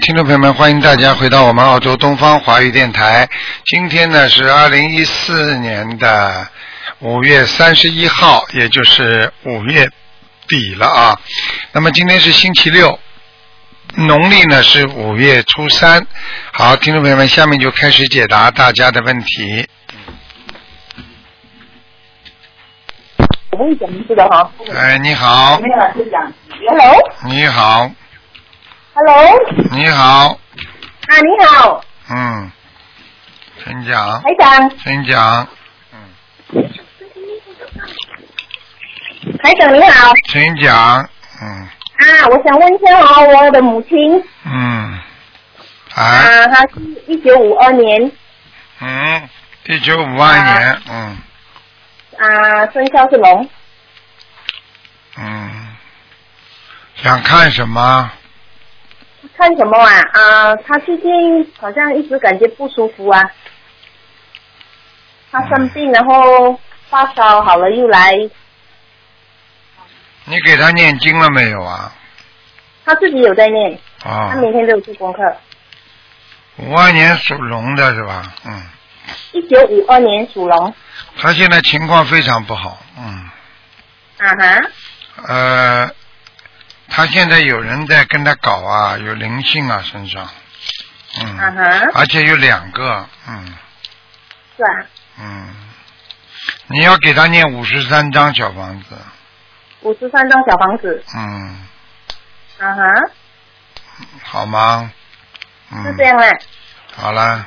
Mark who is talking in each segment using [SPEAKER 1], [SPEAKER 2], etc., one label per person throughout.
[SPEAKER 1] 听众朋友们，欢迎大家回到我们澳洲东方华语电台。今天呢是二零一四年的五月三十一号，也就是五月底了啊。那么今天是星期六，农历呢是五月初三。好，听众朋友们，下面就开始解答大家的问题。
[SPEAKER 2] 我问一下，您知道哈？
[SPEAKER 1] 哎，你好，
[SPEAKER 2] Hello，Hello，
[SPEAKER 1] 你好，你好，
[SPEAKER 2] 啊，你好，
[SPEAKER 1] 嗯，请讲，
[SPEAKER 2] 台长，
[SPEAKER 1] 请讲，
[SPEAKER 2] 台长你好，
[SPEAKER 1] 请讲，嗯
[SPEAKER 2] 啊，我想问一下哦，我的母亲
[SPEAKER 1] 嗯，
[SPEAKER 2] 啊
[SPEAKER 1] 啊，，
[SPEAKER 2] 她是一九五二年
[SPEAKER 1] 嗯，一九五二年，嗯
[SPEAKER 2] 啊，生肖是龙，
[SPEAKER 1] 嗯，想看什么？
[SPEAKER 2] 看什么啊？啊，她最近好像一直感觉不舒服啊，她生病，然后发烧好了又来，
[SPEAKER 1] 你给他念经了没有啊？
[SPEAKER 2] 她自己有在念，
[SPEAKER 1] 哦
[SPEAKER 2] 她，每天都有做功课。
[SPEAKER 1] 五二年属龙的是吧？嗯，
[SPEAKER 2] 一九五二年属龙，
[SPEAKER 1] 他现在情况非常不好，嗯，
[SPEAKER 2] 啊哈，
[SPEAKER 1] 呃，他现在有人在跟他搞啊，有灵性啊身上，嗯，
[SPEAKER 2] 啊哈，
[SPEAKER 1] 而且有两个，嗯
[SPEAKER 2] 是啊，
[SPEAKER 1] 嗯，你要给他念五十三张小房子，
[SPEAKER 2] 五十三张小房子，
[SPEAKER 1] 嗯，
[SPEAKER 2] 啊哈，
[SPEAKER 1] 好吗？嗯，
[SPEAKER 2] 是这样啊。
[SPEAKER 1] 好了，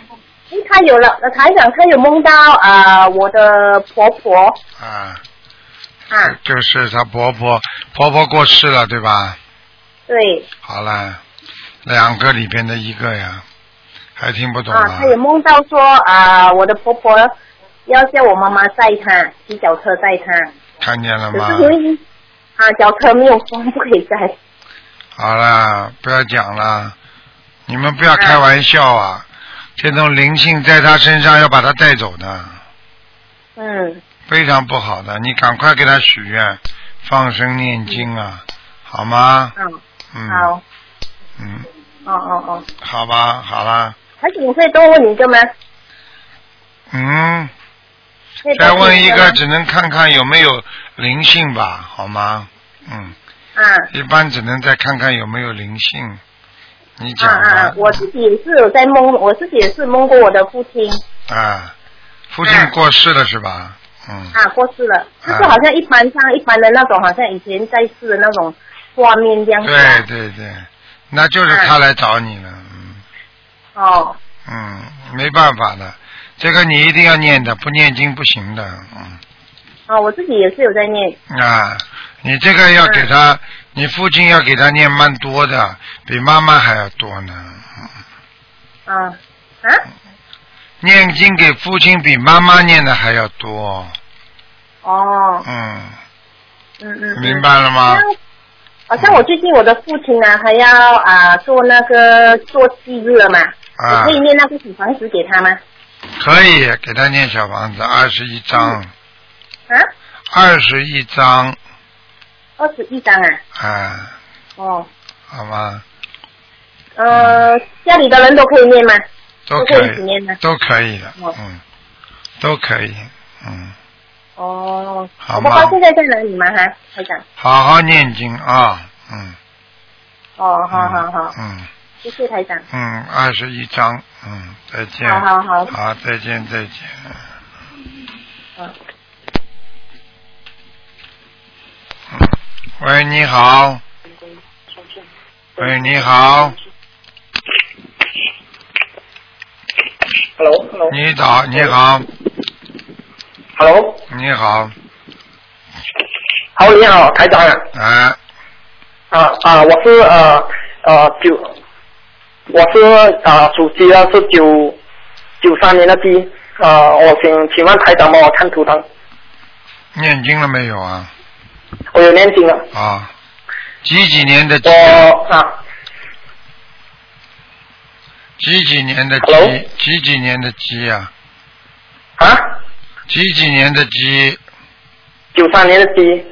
[SPEAKER 2] 哎，他有了，呃台长，他有梦到啊、呃我的婆婆
[SPEAKER 1] 啊，
[SPEAKER 2] 啊，
[SPEAKER 1] 就是她婆婆，婆婆过世了，对吧？
[SPEAKER 2] 对
[SPEAKER 1] 好了，两个里边的一个呀，还听不懂
[SPEAKER 2] 啊，他有梦到说啊、我的婆婆要叫我妈妈载她，骑脚车载她，
[SPEAKER 1] 看见了
[SPEAKER 2] 可
[SPEAKER 1] 吗？
[SPEAKER 2] 是因为啊脚车没有风，不可以载
[SPEAKER 1] 好了，不要讲了，你们不要开
[SPEAKER 2] 嗯
[SPEAKER 1] 玩笑啊！这种灵性在她身上要把她带走的，
[SPEAKER 2] 嗯，
[SPEAKER 1] 非常不好的。你赶快给她许愿，放生念经啊，好吗？
[SPEAKER 2] 啊，
[SPEAKER 1] 嗯，
[SPEAKER 2] 好，
[SPEAKER 1] 嗯，
[SPEAKER 2] 哦哦哦，
[SPEAKER 1] 好吧，好啦，
[SPEAKER 2] 台长，你可以多问你一个吗？
[SPEAKER 1] 嗯。
[SPEAKER 2] 可以多
[SPEAKER 1] 再问一
[SPEAKER 2] 吗
[SPEAKER 1] 个，只能看看有没有灵性吧，好吗？嗯，
[SPEAKER 2] 啊
[SPEAKER 1] 一般只能再看看有没有灵性。你
[SPEAKER 2] 啊
[SPEAKER 1] 讲吧。
[SPEAKER 2] 啊，我自己也是有在梦，我自己也是梦过我的父亲
[SPEAKER 1] 啊父亲过世了是吧？嗯，
[SPEAKER 2] 啊，过世了，就
[SPEAKER 1] 啊
[SPEAKER 2] 是好像一般像一般的那种，好像以前在世的那种画面这样子、
[SPEAKER 1] 对
[SPEAKER 2] 啊。
[SPEAKER 1] 对对，那就是他来找你了。嗯
[SPEAKER 2] 哦，
[SPEAKER 1] 嗯，没办法的，这个你一定要念的，不念经不行的。嗯
[SPEAKER 2] 啊，我自己也是有在念。
[SPEAKER 1] 啊，你这个要给他，你父亲要给他念蛮多的，比妈妈还要多呢。嗯。
[SPEAKER 2] 啊啊
[SPEAKER 1] 念经给父亲比妈妈念的还要多，
[SPEAKER 2] 哦，
[SPEAKER 1] 嗯，
[SPEAKER 2] 嗯嗯。嗯
[SPEAKER 1] 明。白了吗？
[SPEAKER 2] 像好像我最近我的父亲呢，还要啊做那个做忌日了嘛，
[SPEAKER 1] 啊
[SPEAKER 2] 我可以念那个小房子给他吗？
[SPEAKER 1] 可以给他念小房子二十一章，
[SPEAKER 2] 啊，
[SPEAKER 1] 二十一章，
[SPEAKER 2] 二十一张啊，
[SPEAKER 1] 啊，
[SPEAKER 2] 哦，
[SPEAKER 1] 好吗？
[SPEAKER 2] 呃，家里的人都可以念吗？
[SPEAKER 1] 嗯都
[SPEAKER 2] 都可以
[SPEAKER 1] 可
[SPEAKER 2] 一起念
[SPEAKER 1] 以
[SPEAKER 2] 的，
[SPEAKER 1] 都可以的
[SPEAKER 2] 哦，
[SPEAKER 1] 嗯，都可以，嗯，
[SPEAKER 2] 哦，
[SPEAKER 1] 好
[SPEAKER 2] 我
[SPEAKER 1] 吗
[SPEAKER 2] 不知道现在在哪里吗？哈，台长。
[SPEAKER 1] 好好念经啊，嗯，
[SPEAKER 2] 哦，好好好，
[SPEAKER 1] 嗯
[SPEAKER 2] 谢谢台长。
[SPEAKER 1] 嗯，二十一章，嗯，再见，
[SPEAKER 2] 好好好
[SPEAKER 1] 好，再见，再见。
[SPEAKER 2] 嗯
[SPEAKER 1] 喂，你好。喂，你好，
[SPEAKER 3] Hello，Hello，Hello，
[SPEAKER 1] 你早，你好，你好，
[SPEAKER 3] 好，你好，台长啊，
[SPEAKER 1] 哎，
[SPEAKER 3] 啊啊，我是呃呃九，我是啊属鸡的，是九九三年的鸡，啊，我请请问台长帮我看图腾，
[SPEAKER 1] 念经了没有啊？
[SPEAKER 3] 我有念经了，
[SPEAKER 1] 啊，几几年的鸡？
[SPEAKER 3] 我啊
[SPEAKER 1] 几几年的
[SPEAKER 3] Hello？
[SPEAKER 1] 鸡？几几年的鸡呀、
[SPEAKER 3] 啊
[SPEAKER 1] 几几年的鸡？
[SPEAKER 3] 九三年的鸡，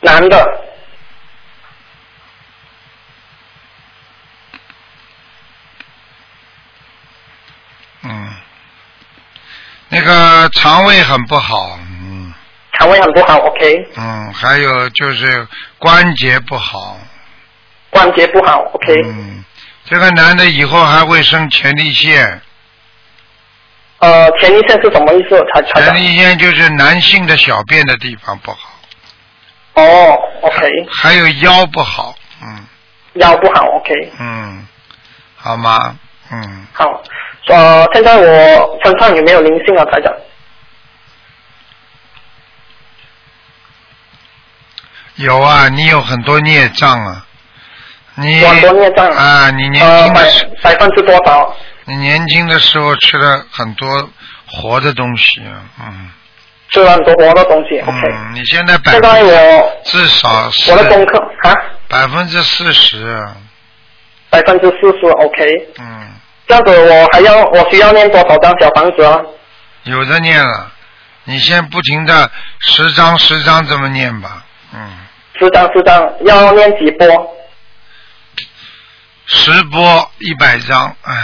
[SPEAKER 3] 男的，
[SPEAKER 1] 呃，嗯肠胃很不好，嗯
[SPEAKER 3] 肠胃很不好，OK，
[SPEAKER 1] 嗯，还有就是关节不好，
[SPEAKER 3] 关节不好，OK，、
[SPEAKER 1] 嗯，这个男的以后还会生前列腺，
[SPEAKER 3] 呃，前列腺是什么意思？才才
[SPEAKER 1] 前列腺就是男性的小便的地方不好，
[SPEAKER 3] 哦，OK，
[SPEAKER 1] 还有腰不好，嗯
[SPEAKER 3] 腰不好，OK，
[SPEAKER 1] 嗯，好吗？嗯，
[SPEAKER 3] 好，呃，现在我身上有没有灵性啊，台长？
[SPEAKER 1] 有啊，你有很多孽障啊，你
[SPEAKER 3] 我很多孽障
[SPEAKER 1] 啊，你年
[SPEAKER 3] 呃，
[SPEAKER 1] 轻
[SPEAKER 3] 百
[SPEAKER 1] 的时、
[SPEAKER 3] 百分之多少？
[SPEAKER 1] 你年轻的时候吃了很多活的东西啊，嗯
[SPEAKER 3] 吃了很多活的东西，OK，、
[SPEAKER 1] 嗯，你现在百
[SPEAKER 3] 现在我
[SPEAKER 1] 至少是
[SPEAKER 3] 我的功课啊，
[SPEAKER 1] 百分之四十，
[SPEAKER 3] 百分之四十，OK，
[SPEAKER 1] 嗯，
[SPEAKER 3] 这样子我还要我需要念多少张小房子啊？
[SPEAKER 1] 有的念了，你先不停的十张十张这么念吧，嗯，
[SPEAKER 3] 十张十张，要念几波
[SPEAKER 1] 十波一百张，哎，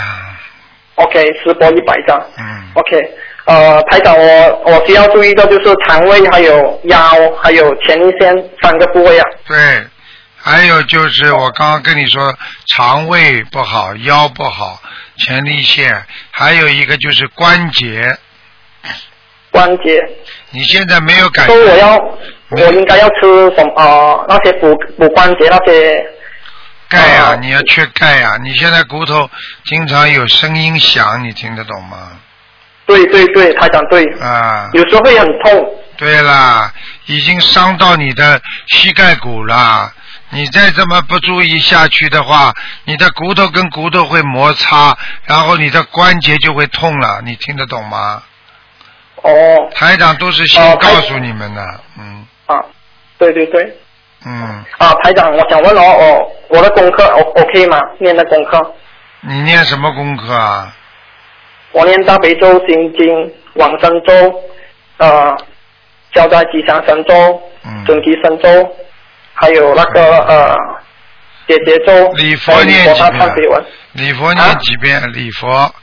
[SPEAKER 3] ？OK，十波一百张
[SPEAKER 1] 嗯，
[SPEAKER 3] ，OK。呃，台长，我我需要注意的就是肠胃、还有腰、还有前列腺三个部位啊。
[SPEAKER 1] 对，还有就是我刚刚跟你说肠胃不好，腰不好，前列腺，还有一个就是关节，
[SPEAKER 3] 关节，
[SPEAKER 1] 你现在没有感
[SPEAKER 3] 所以我
[SPEAKER 1] 觉，
[SPEAKER 3] 要，我应该要吃什么？呃，那些补补关节那些，
[SPEAKER 1] 钙啊，
[SPEAKER 3] 哦
[SPEAKER 1] 你要缺钙啊，你现在骨头经常有声音响，你听得懂吗？
[SPEAKER 3] 对对对，台长对，
[SPEAKER 1] 啊，
[SPEAKER 3] 有时候会很痛，
[SPEAKER 1] 对啦，已经伤到你的膝盖骨啦。你再这么不注意下去的话，你的骨头跟骨头会摩擦，然后你的关节就会痛了。你听得懂吗？
[SPEAKER 3] 哦，
[SPEAKER 1] 台长都是先
[SPEAKER 3] 哦
[SPEAKER 1] 告
[SPEAKER 3] 台
[SPEAKER 1] 诉你们的，嗯
[SPEAKER 3] 啊，对对对，
[SPEAKER 1] 嗯，
[SPEAKER 3] 啊，台长，我想问哦，我我的功课 O OK 吗？念的功课，
[SPEAKER 1] 你念什么功课啊？
[SPEAKER 3] 我念大悲咒、心经、往生咒，呃，消灾吉祥神咒、
[SPEAKER 1] 嗯
[SPEAKER 3] 准提神咒，还有那个呃解结咒，
[SPEAKER 1] 礼佛念几
[SPEAKER 3] 大
[SPEAKER 1] 遍啊
[SPEAKER 3] 忏悔文，
[SPEAKER 1] 礼佛
[SPEAKER 3] 啊
[SPEAKER 1] 念几遍？礼佛，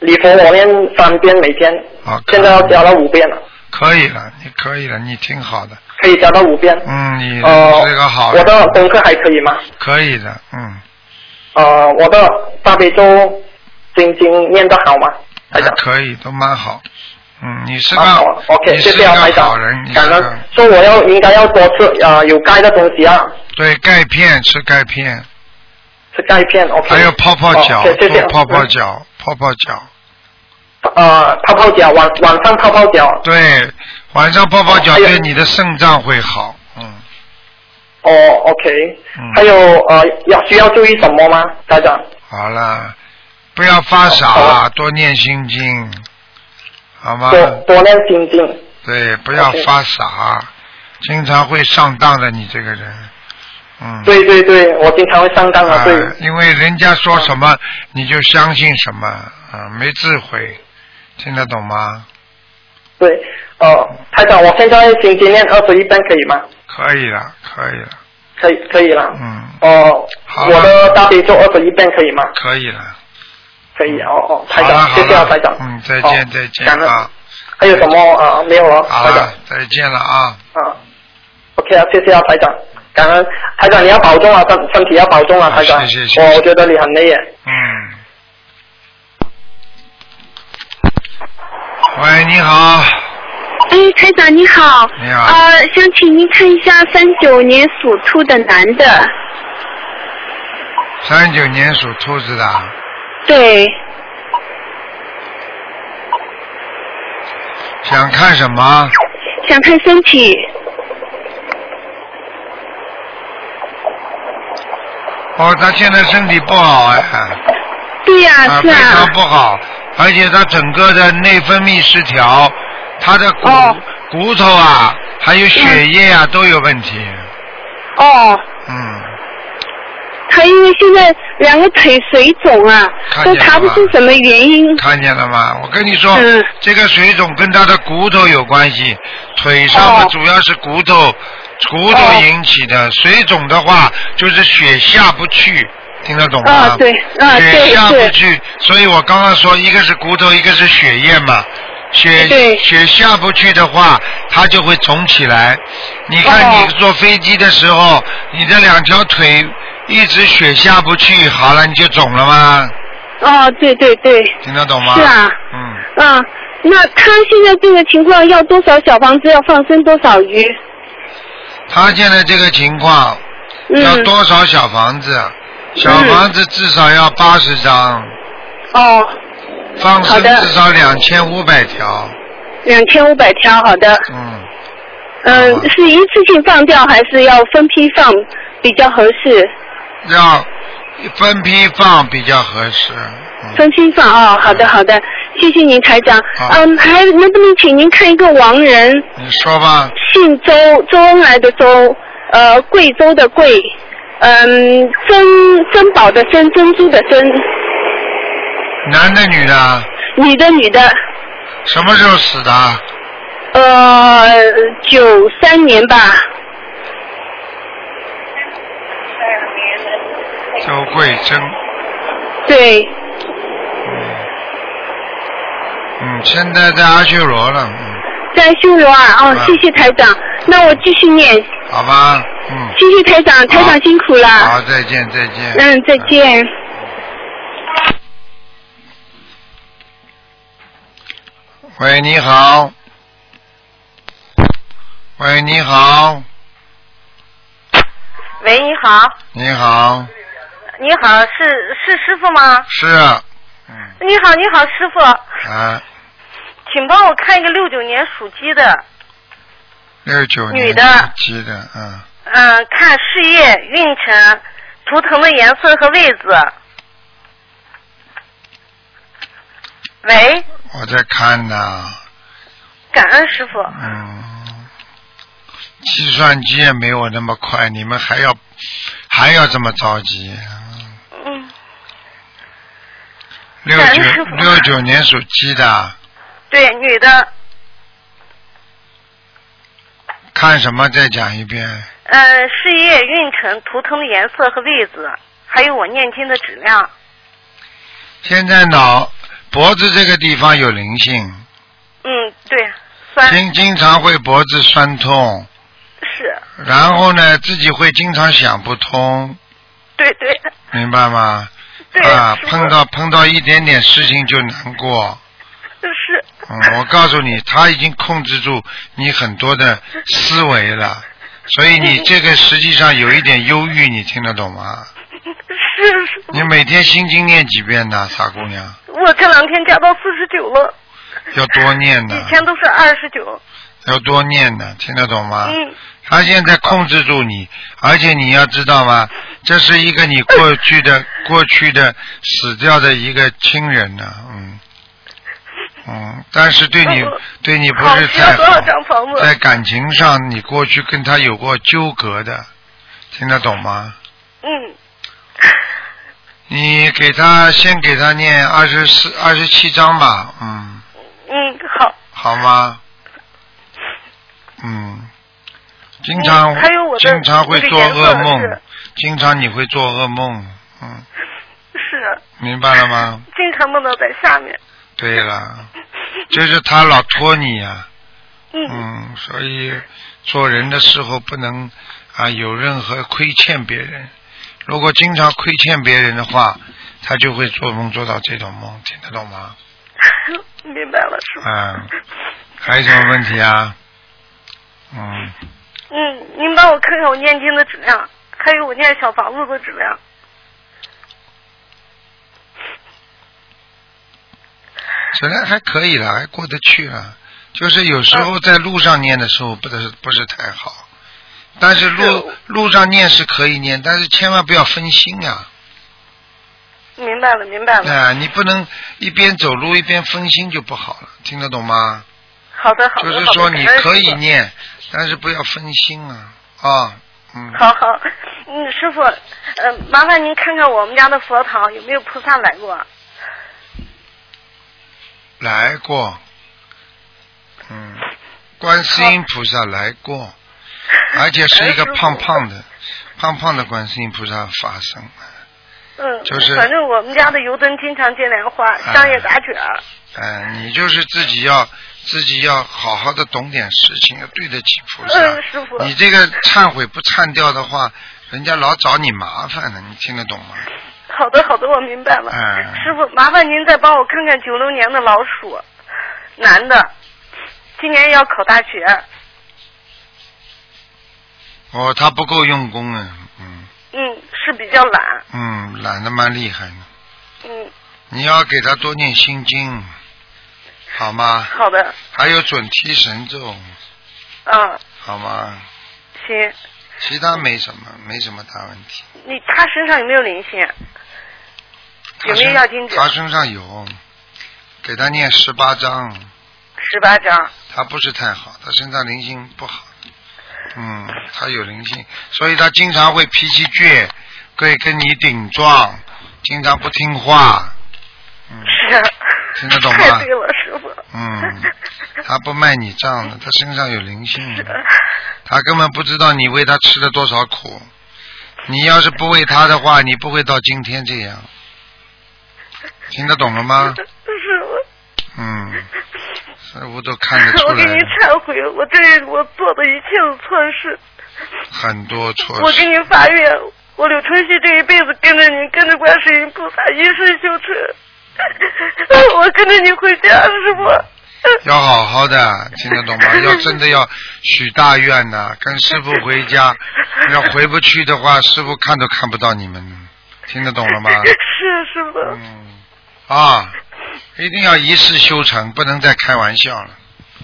[SPEAKER 3] 礼佛我念三遍每天，
[SPEAKER 1] 好，
[SPEAKER 3] 现在要加到五遍了，
[SPEAKER 1] 哦可以了，你可以了，你挺好的，
[SPEAKER 3] 可以加到五遍。
[SPEAKER 1] 嗯，你
[SPEAKER 3] 呃
[SPEAKER 1] 是个好，
[SPEAKER 3] 我
[SPEAKER 1] 人，
[SPEAKER 3] 的功课还可以吗？
[SPEAKER 1] 可以的，嗯，
[SPEAKER 3] 呃，我的大悲咒、心经念得好吗？台
[SPEAKER 1] 还
[SPEAKER 3] 长。
[SPEAKER 1] 可以，都蛮好。嗯，你是个、
[SPEAKER 3] 啊好，OK，
[SPEAKER 1] 你
[SPEAKER 3] 谢
[SPEAKER 1] 是
[SPEAKER 3] 谢
[SPEAKER 1] 个
[SPEAKER 3] 啊，台
[SPEAKER 1] 好
[SPEAKER 3] 长
[SPEAKER 1] 人，你，是
[SPEAKER 3] 感
[SPEAKER 1] 个
[SPEAKER 3] 恩。说我要应该要多吃啊、呃有钙的东西啊，
[SPEAKER 1] 对钙片吃钙片，
[SPEAKER 3] 吃钙片，OK。
[SPEAKER 1] 还有泡泡
[SPEAKER 3] 哦、
[SPEAKER 1] 脚，
[SPEAKER 3] 谢谢谢谢
[SPEAKER 1] 多泡泡脚，泡泡脚。
[SPEAKER 3] 嗯呃，泡泡脚，晚晚上泡泡脚。
[SPEAKER 1] 对，晚上泡泡脚
[SPEAKER 3] 哦还有
[SPEAKER 1] 对你的肾脏会好。嗯，
[SPEAKER 3] 哦，OK、
[SPEAKER 1] 嗯
[SPEAKER 3] 还有呃，要需要注意什么吗，台长？
[SPEAKER 1] 好了，不要发傻
[SPEAKER 3] 好
[SPEAKER 1] 了，
[SPEAKER 3] 啊
[SPEAKER 1] 多念心经，好吗？
[SPEAKER 3] 多多练心经。
[SPEAKER 1] 对，不要发傻，经常会上当的你这个人。嗯。
[SPEAKER 3] 对对对，我经常会上当啊，
[SPEAKER 1] 啊
[SPEAKER 3] 对。，
[SPEAKER 1] 因为人家说什么你就相信什么，啊，没智慧，听得懂吗？
[SPEAKER 3] 对，呃，台长，我现在星期练二十一遍可以吗？
[SPEAKER 1] 可以了，可以了，
[SPEAKER 3] 可以，可以啦。
[SPEAKER 1] 嗯，
[SPEAKER 3] 哦、
[SPEAKER 1] 好
[SPEAKER 3] 我
[SPEAKER 1] 了
[SPEAKER 3] 的大悲咒二十一遍可以吗？
[SPEAKER 1] 可以了。
[SPEAKER 3] 可以，哦哦，
[SPEAKER 1] 好
[SPEAKER 3] 台
[SPEAKER 1] 了
[SPEAKER 3] 长，
[SPEAKER 1] 好
[SPEAKER 3] 谢谢啊，
[SPEAKER 1] 了
[SPEAKER 3] 台长。
[SPEAKER 1] 嗯，再
[SPEAKER 3] 好
[SPEAKER 1] 见，再见
[SPEAKER 3] 感恩。
[SPEAKER 1] 啊，
[SPEAKER 3] 还有什么啊？没有了，
[SPEAKER 1] 好
[SPEAKER 3] 台长
[SPEAKER 1] 了。，再见了啊。
[SPEAKER 3] 啊，OK 啊，谢谢啊，台长。感恩台长，你要保重啊，身身体要保重啊，
[SPEAKER 1] 啊
[SPEAKER 3] 台长。
[SPEAKER 1] 谢谢谢谢
[SPEAKER 3] 我我觉得你很累耶。
[SPEAKER 1] 嗯。喂，你好，
[SPEAKER 4] 哎，台长你好。
[SPEAKER 1] 你好
[SPEAKER 4] 呃，想请您看一下三九年属兔的男的。
[SPEAKER 1] 三九年属兔子的，
[SPEAKER 4] 对，
[SPEAKER 1] 想看什么？
[SPEAKER 4] 想看身体。
[SPEAKER 1] 哦，他现在身体不好哎。
[SPEAKER 4] 对呀、
[SPEAKER 1] 啊，
[SPEAKER 4] 是
[SPEAKER 1] 非常
[SPEAKER 4] 啊。
[SPEAKER 1] 不好，而且他整个的内分泌失调，他的骨、
[SPEAKER 4] 哦嗯
[SPEAKER 1] 骨头啊，还有血液啊、都有问题。
[SPEAKER 4] 哦，
[SPEAKER 1] 嗯，
[SPEAKER 4] 他因为现在两个腿水肿啊，
[SPEAKER 1] 看见
[SPEAKER 4] 都
[SPEAKER 1] 了
[SPEAKER 4] 查不出什么原 因。
[SPEAKER 1] 看见了吗？我跟你说，
[SPEAKER 4] 嗯
[SPEAKER 1] 这个水肿跟他的骨头有关系，腿上的
[SPEAKER 4] 哦
[SPEAKER 1] 主要是骨头，骨头
[SPEAKER 4] 哦
[SPEAKER 1] 引起的。水肿的话，就是血下不去。听得懂吗？
[SPEAKER 4] 啊对啊
[SPEAKER 1] 血
[SPEAKER 4] 对
[SPEAKER 1] 下不
[SPEAKER 4] 对
[SPEAKER 1] 去，所以我刚刚说，一个是骨头，一个是血液嘛。血
[SPEAKER 4] 对
[SPEAKER 1] 血下不去的话，它就会肿起来。你看
[SPEAKER 4] 哦
[SPEAKER 1] 你坐飞机的时候，你的两条腿一直血下不去，好了你就肿了吗？
[SPEAKER 4] 哦，对对对，
[SPEAKER 1] 听得懂吗？
[SPEAKER 4] 是啊。
[SPEAKER 1] 嗯，
[SPEAKER 4] 啊，那他现在这个情况要多少小房子要放生多少鱼？
[SPEAKER 1] 他现在这个情况，
[SPEAKER 4] 嗯，
[SPEAKER 1] 要多少小房子？小房子至少要八十张，
[SPEAKER 4] 哦，
[SPEAKER 1] 放
[SPEAKER 4] 好
[SPEAKER 1] 生
[SPEAKER 4] 的
[SPEAKER 1] 至少两千五百条。
[SPEAKER 4] 两千五百条，好的。
[SPEAKER 1] 嗯，
[SPEAKER 4] 嗯、
[SPEAKER 1] 好
[SPEAKER 4] 是一次性放掉还是要分批放比较合适？
[SPEAKER 1] 要分批放比较合适。嗯、
[SPEAKER 4] 分批放哦，好的好的，谢谢您台长。
[SPEAKER 1] 好
[SPEAKER 4] 嗯，还能不能请您看一个亡人，
[SPEAKER 1] 你说吧，
[SPEAKER 4] 姓周，周恩来的周，呃，贵州的贵，嗯，珍珍宝的珍，珍珠的珍，
[SPEAKER 1] 男的女的啊？
[SPEAKER 4] 女的女的，
[SPEAKER 1] 什么时候死的啊？
[SPEAKER 4] 呃，九三年吧，
[SPEAKER 1] 周桂珍。
[SPEAKER 4] 对，
[SPEAKER 1] 嗯，现在在阿修罗了。嗯，
[SPEAKER 4] 在修罗啊，哦
[SPEAKER 1] 嗯，
[SPEAKER 4] 谢谢台长，那我继续念，
[SPEAKER 1] 好吧，嗯，
[SPEAKER 4] 谢谢台长，台长辛苦
[SPEAKER 1] 好，
[SPEAKER 4] 了，
[SPEAKER 1] 再见，再见。
[SPEAKER 4] 嗯，再见。
[SPEAKER 1] 喂，你好。喂，你好，
[SPEAKER 5] 喂，你好，
[SPEAKER 1] 你好，
[SPEAKER 5] 你好，是是师傅吗？
[SPEAKER 1] 是，嗯，
[SPEAKER 5] 你好，你好，师傅，
[SPEAKER 1] 啊，
[SPEAKER 5] 请帮我看一个六九年属鸡的，
[SPEAKER 1] 六九年
[SPEAKER 5] 女的
[SPEAKER 1] 鸡的，嗯，
[SPEAKER 5] 嗯、看事业、运程、图腾的颜色和位置。喂，
[SPEAKER 1] 我在看呢、
[SPEAKER 5] 感恩师傅。
[SPEAKER 1] 嗯，计算机也没我那么快，你们还要还要这么着急？
[SPEAKER 5] 嗯，
[SPEAKER 1] 六
[SPEAKER 5] 感恩
[SPEAKER 1] 九
[SPEAKER 5] 师傅
[SPEAKER 1] 六九年属鸡的，
[SPEAKER 5] 对，女的，
[SPEAKER 1] 看什么？再讲一遍。
[SPEAKER 5] 嗯、事业、运程、图腾的颜色和位置，还有我念经的质量。
[SPEAKER 1] 现在脑脖子这个地方有灵性，
[SPEAKER 5] 嗯，对，酸
[SPEAKER 1] 经经常会脖子酸痛，
[SPEAKER 5] 是，
[SPEAKER 1] 然后呢自己会经常想不通，
[SPEAKER 5] 对对
[SPEAKER 1] 明白吗？
[SPEAKER 5] 对，
[SPEAKER 1] 啊，
[SPEAKER 5] 师傅
[SPEAKER 1] 碰到碰到一点点事情就难过。
[SPEAKER 5] 是。
[SPEAKER 1] 嗯，我告诉你，他已经控制住你很多的思维了，所以
[SPEAKER 5] 嗯
[SPEAKER 1] 你这个实际上有一点忧郁，你听得懂吗？
[SPEAKER 5] 是是，
[SPEAKER 1] 你每天心经念几遍呢，傻姑娘？
[SPEAKER 5] 我这两天加到四十九了，
[SPEAKER 1] 要多念呢
[SPEAKER 5] 以，前都是二十九。
[SPEAKER 1] 要多念呢，听得懂吗？
[SPEAKER 5] 嗯，
[SPEAKER 1] 他现在控制住你，而且你要知道吗？这是一个你过去的、过去的死掉的一个亲人呢、嗯，嗯，但是对你、
[SPEAKER 5] 嗯
[SPEAKER 1] 对你不
[SPEAKER 5] 好
[SPEAKER 1] 是
[SPEAKER 5] 需
[SPEAKER 1] 太
[SPEAKER 5] 要多
[SPEAKER 1] 好
[SPEAKER 5] 少，张房子？
[SPEAKER 1] 在感情上你过去跟他有过纠葛的，听得懂吗？
[SPEAKER 5] 嗯，
[SPEAKER 1] 你给他先给他念二十四、二十七章吧，嗯，
[SPEAKER 5] 嗯，好。
[SPEAKER 1] 好吗？嗯，经常、
[SPEAKER 5] 嗯还有我的
[SPEAKER 1] 经常会
[SPEAKER 5] 这个
[SPEAKER 1] 做
[SPEAKER 5] 颜色
[SPEAKER 1] 噩梦
[SPEAKER 5] 是，
[SPEAKER 1] 经常你会做噩梦，嗯，
[SPEAKER 5] 是，啊
[SPEAKER 1] 明白了吗？
[SPEAKER 5] 经常梦到在下面。
[SPEAKER 1] 对了，就是他老拖你呀、
[SPEAKER 5] 嗯，
[SPEAKER 1] 嗯，所以做人的时候不能啊有任何亏欠别人。如果经常亏欠别人的话，他就会做梦做到这种梦，听得懂吗？
[SPEAKER 5] 明白了，师
[SPEAKER 1] 嗯，还有什么问题啊？嗯，
[SPEAKER 5] 傅。嗯，您帮我看看我念经的质量，还有我念小房子的质量。
[SPEAKER 1] 质量还可以了，还过得去了。就是有时候在路上念的时候不是不是太好，但是路路上念是可以念，但是千万不要分心啊。
[SPEAKER 5] 明白了，明白了。
[SPEAKER 1] 啊，你不能一边走路一边分心就不好了，听得懂吗？
[SPEAKER 5] 好的，好
[SPEAKER 1] 就
[SPEAKER 5] 的，
[SPEAKER 1] 是
[SPEAKER 5] 好的
[SPEAKER 1] 说你
[SPEAKER 5] 感恩
[SPEAKER 1] 可以
[SPEAKER 5] 师傅
[SPEAKER 1] 念，但是不要分心啊啊，嗯，
[SPEAKER 5] 好好，嗯，师傅，呃，麻烦您看看我们家的佛堂有没有菩萨来过啊？
[SPEAKER 1] 来过，嗯，观世音菩萨来过，而且是一个
[SPEAKER 5] 哎感恩师傅
[SPEAKER 1] 胖胖的，胖胖的观世音菩萨法身，
[SPEAKER 5] 嗯，
[SPEAKER 1] 就是哎
[SPEAKER 5] 反正我们家的油灯经常接莲花，香也打卷儿。
[SPEAKER 1] 嗯，你就是自己要自己要好好的懂点事情，要对得起菩萨。
[SPEAKER 5] 嗯，师傅。
[SPEAKER 1] 你这个忏悔不忏掉的话，人家老找你麻烦的，你听得懂吗？
[SPEAKER 5] 好的，好的，我明白了。
[SPEAKER 1] 嗯
[SPEAKER 5] 师傅，麻烦您再帮我看看九六年的老鼠，男的，今年要考大学。
[SPEAKER 1] 哦，他不够用功啊，嗯
[SPEAKER 5] 嗯，是比较懒。
[SPEAKER 1] 嗯，懒得蛮厉害的。
[SPEAKER 5] 嗯，
[SPEAKER 1] 你要给他多念心经，好吗？
[SPEAKER 5] 好的。
[SPEAKER 1] 还有准提神咒，
[SPEAKER 5] 嗯，
[SPEAKER 1] 好吗？
[SPEAKER 5] 行。
[SPEAKER 1] 其他没什么，没什么大问题。
[SPEAKER 5] 你他身上有没有灵性？有
[SPEAKER 1] 他
[SPEAKER 5] 没有
[SPEAKER 1] 身
[SPEAKER 5] 要金子？
[SPEAKER 1] 他身上有，给他念十八章，
[SPEAKER 5] 十八张。
[SPEAKER 1] 他不是太好，他身上灵性不好。嗯，他有灵性，所以他经常会脾气倔，会跟你顶撞，经常不听话。嗯
[SPEAKER 5] 是。啊
[SPEAKER 1] 听得懂吗
[SPEAKER 5] 太对了，师傅。
[SPEAKER 1] 嗯，他不卖你账的，他身上有灵性的。他根本不知道你为他吃了多少苦。你要是不为他的话，你不会到今天这样。听得懂了吗？
[SPEAKER 5] 师傅。
[SPEAKER 1] 嗯，师傅都看得出
[SPEAKER 5] 我给
[SPEAKER 1] 来
[SPEAKER 5] 您忏悔，我这我做的一切的错事，
[SPEAKER 1] 很多错
[SPEAKER 5] 我
[SPEAKER 1] 事
[SPEAKER 5] 给。您发愿，我柳春熙这一辈子跟着您，跟着观世音菩萨一世修成， 我跟着您回家，师傅。
[SPEAKER 1] 要好好的，听得懂吗？要真的要许大愿呐、跟师傅回家。要回不去的话，师傅看都看不到你们，听得懂了吗？
[SPEAKER 5] 是师傅，
[SPEAKER 1] 嗯，啊，一定要一世修成，不能再开玩笑了。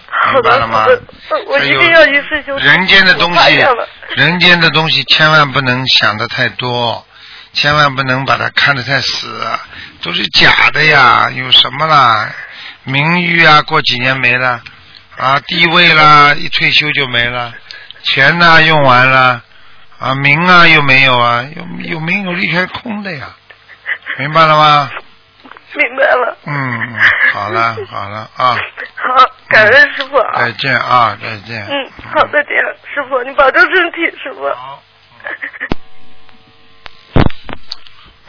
[SPEAKER 5] 好
[SPEAKER 1] 明白
[SPEAKER 5] 的，
[SPEAKER 1] 了吗
[SPEAKER 5] 好的，我一定要一世修成。
[SPEAKER 1] 人间的东
[SPEAKER 5] 我发
[SPEAKER 1] 西
[SPEAKER 5] 愿了，
[SPEAKER 1] 人间的东西千万不能想的太多，千万不能把它看得太死，都是假的呀，有什么啦？名誉啊，过几年没了，啊，地位啦，一退休就没了，钱呐、用完了，啊，名啊又没有啊，有有名有利全空的呀，明白了吗？
[SPEAKER 5] 明白了。
[SPEAKER 1] 嗯，好了好了啊，
[SPEAKER 5] 好，感恩师傅啊
[SPEAKER 1] 再。见啊，再见。
[SPEAKER 5] 嗯，好，再见，师傅，你保重身体，师傅。
[SPEAKER 1] 好。